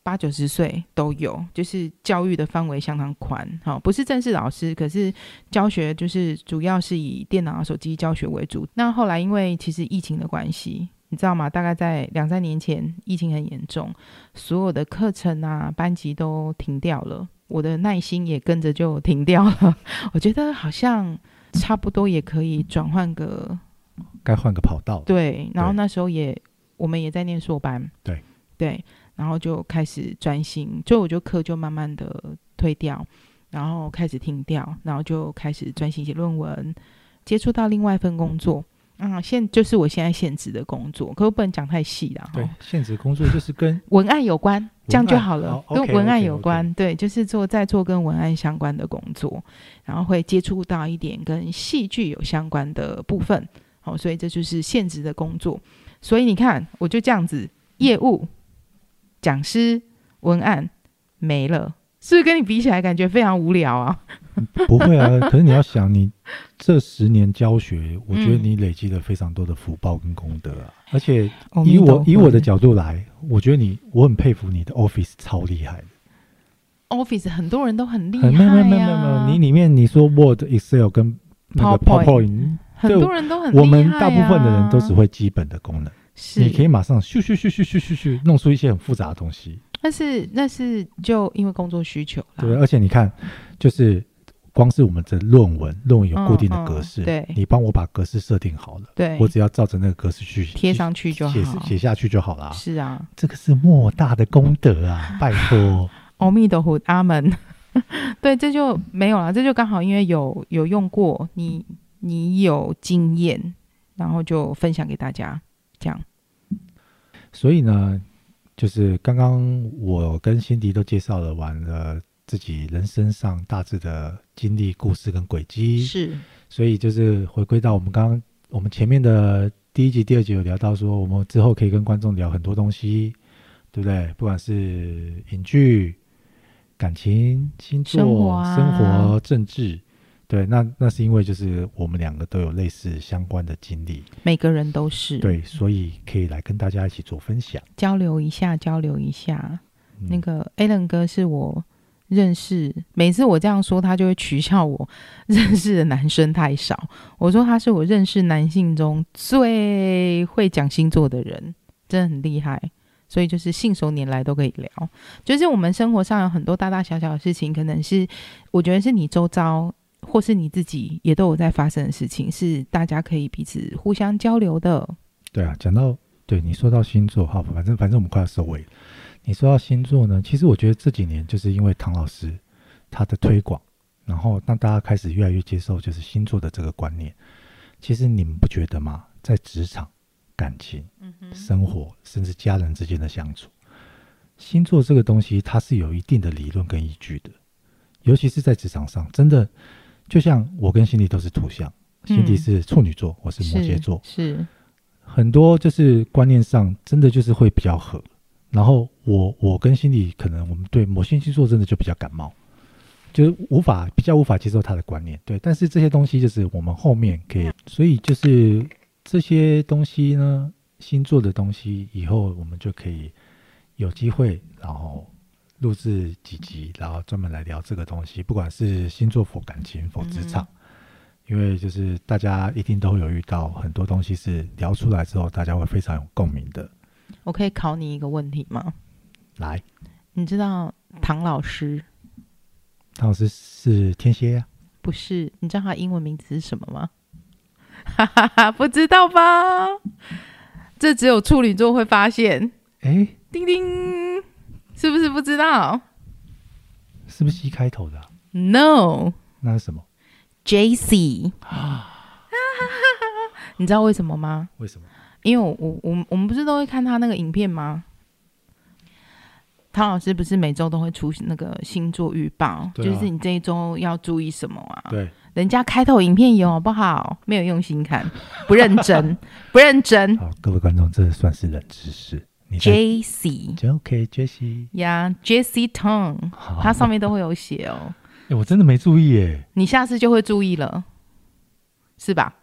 Speaker 2: 八九十岁都有，就是教育的范围相当宽。好、不是正式老师，可是教学就是主要是以电脑、手机教学为主。那后来因为其实疫情的关系。你知道吗？大概在两三年前，疫情很严重，所有的课程啊、班级都停掉了，我的耐心也跟着就停掉了。 我觉得好像差不多也可以转换个
Speaker 1: 该换个跑道。
Speaker 2: 对，然后
Speaker 1: 对
Speaker 2: 那时候也我们也在念硕班，
Speaker 1: 对
Speaker 2: 对，然后就开始专心，就我就课就慢慢的推掉，然后开始停掉，然后就开始专心写论文，接触到另外一份工作。啊，现就是我现在现职的工作，可我不能讲太细了。
Speaker 1: 对，，现职工作就是跟
Speaker 2: 文案有关，这样就好了
Speaker 1: 好，
Speaker 2: 跟
Speaker 1: OK，
Speaker 2: 文案
Speaker 1: OK，
Speaker 2: 有关。对，就是做在做跟文案相关的工作，然后会接触到一点跟戏剧有相关的部分。好、所以这就是现职的工作。所以你看，我就这样子，业务、讲师、文案没了，是不是跟你比起来感觉非常无聊啊？
Speaker 1: 不会啊，可是你要想，你这十年教学，我觉得
Speaker 2: 嗯
Speaker 1: 你累积了非常多的福报跟功德啊。而且
Speaker 2: 阿弥
Speaker 1: 以
Speaker 2: 陀
Speaker 1: 我
Speaker 2: 佛
Speaker 1: 以我的角度来，我觉得你我很佩服你的 Office 超厉害的，
Speaker 2: Office 很多人都很厉害、啊
Speaker 1: 很
Speaker 2: 呀，
Speaker 1: 没有没有没有没有没有，你里面你说 Word、Excel 跟那个
Speaker 2: PowerPoint
Speaker 1: PowerPoint，
Speaker 2: 很多人都很厉害、呀
Speaker 1: 我们大部分的人都只会基本的功能，
Speaker 2: 是
Speaker 1: 你可以马上咻咻咻咻咻咻咻弄出一些很复杂的东西，
Speaker 2: 那是那是就因为工作需求啦。
Speaker 1: 对不对。啊而且你看，就是光是我们的论文，论文有固定的
Speaker 2: 嗯嗯
Speaker 1: 格式，
Speaker 2: 对
Speaker 1: 你帮我把格式设定好了。
Speaker 2: 对，
Speaker 1: 我只要照着那个格式去
Speaker 2: 贴上去就
Speaker 1: 写
Speaker 2: 好。
Speaker 1: 写下去就好啦。
Speaker 2: 是啊，
Speaker 1: 这个是莫大的功德啊，拜 托。
Speaker 2: 阿弥陀佛，阿门。 对，这就没有了，这就刚好因为有有用过，你你有经验，然后就分享给大家，这样
Speaker 1: 所以呢，就是刚刚我跟辛迪都介绍了完了自己人生上大致的经历、故事跟轨迹，
Speaker 2: 是
Speaker 1: 所以就是回归到我们刚刚我们前面的第一集、第二集有聊到说，我们之后可以跟观众聊很多东西，对不对？不管是影剧、感情、星座、
Speaker 2: 生活啊
Speaker 1: 生活政治。对，那那是因为就是我们两个都有类似相关的经历，
Speaker 2: 每个人都是
Speaker 1: 对，所以可以来跟大家一起做分享。
Speaker 2: 交流一下，交流一下。
Speaker 1: 嗯
Speaker 2: 那个 Alan 哥是我认识，每次我这样说，他就会取笑我认识的男生太少。我说他是我认识男性中最会讲星座的人，真的很厉害。所以就是信手拈来都可以聊，就是我们生活上有很多大大小小的事情，可能是我觉得是你周遭或是你自己也都有在发生的事情，是大家可以彼此互相交流的。
Speaker 1: 对啊，讲到对你说到星座，好，反正反正我们快要收尾了。你说到星座呢，其实我觉得这几年就是因为唐老师他的推广，然后让大家开始越来越接受就是星座的这个观念。其实你们不觉得吗？在职场、感情、生活，甚至家人之间的相处，星座这个东西它是有一定的理论跟依据的，尤其是在职场上，真的就像我跟辛迪都是土象，辛迪
Speaker 2: 嗯
Speaker 1: 是处女座，我是摩羯座，
Speaker 2: 是
Speaker 1: 很多就是观念上真的就是会比较合。然后我我跟心理可能我们对某些星座真的就比较感冒，就是无法比较无法接受他的观念。对，但是这些东西就是我们后面可以，所以就是这些东西呢，星座的东西以后我们就可以有机会，然后录制几集，然后专门来聊这个东西，不管是星座否感情否职场。因为就是大家一定都会有遇到很多东西是聊出来之后，大家会非常有共鸣的。
Speaker 2: 我可以考你一个问题吗？
Speaker 1: 来，
Speaker 2: 你知道唐老师
Speaker 1: 唐老师是天蝎啊，
Speaker 2: 不是？你知道他英文名字是什么吗？ 哈哈哈，不知道吧？这只有处女座会发现。
Speaker 1: 哎，
Speaker 2: 叮叮，是不是不知道
Speaker 1: 是不是一开头的啊、
Speaker 2: ？No，JC。
Speaker 1: 那是什么？
Speaker 2: 你知道为什么吗？
Speaker 1: 为什么？
Speaker 2: 因为我我我们我们不是都会看他那个影片吗？唐老师不是每周都会出那个星座预报，
Speaker 1: 对啊
Speaker 2: 就是你这一周要注意什么啊？
Speaker 1: 对，
Speaker 2: 人家开头影片有好不好？没有用心看，不认 真，不认真。
Speaker 1: 好，各位观众，这算是冷知识。你在
Speaker 2: J C
Speaker 1: OK Jesse，
Speaker 2: 呀，J C Tong，
Speaker 1: 好，
Speaker 2: 它上面都会有写哦，
Speaker 1: 诶我真的没注意耶。
Speaker 2: 你下次就会注意了，是吧？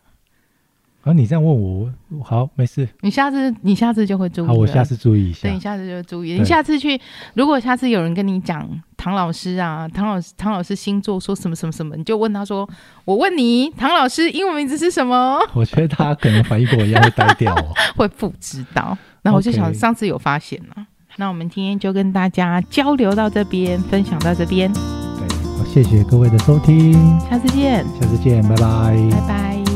Speaker 1: 然后啊你这样问我，我好，没事，
Speaker 2: 你下次你下次就会注意
Speaker 1: 好，
Speaker 2: 了。
Speaker 1: 我下次注意一下
Speaker 2: 对，。你下次就注意。
Speaker 1: 对
Speaker 2: 你下次去，如果下次有人跟你讲唐老师啊，唐老师唐老师星座说什么什么什么，你就问他说：“我问你，唐老师英文名字是什么
Speaker 1: 我觉得他可能反应跟我一样会呆掉哦。？”
Speaker 2: 会不知道。那我就
Speaker 1: OK
Speaker 2: 想上次有发现啊。那我们今天就跟大家交流到这边，分享到这边，
Speaker 1: 对，好，谢谢各位的收听，
Speaker 2: 下次见，
Speaker 1: 下次见，拜拜
Speaker 2: 拜拜。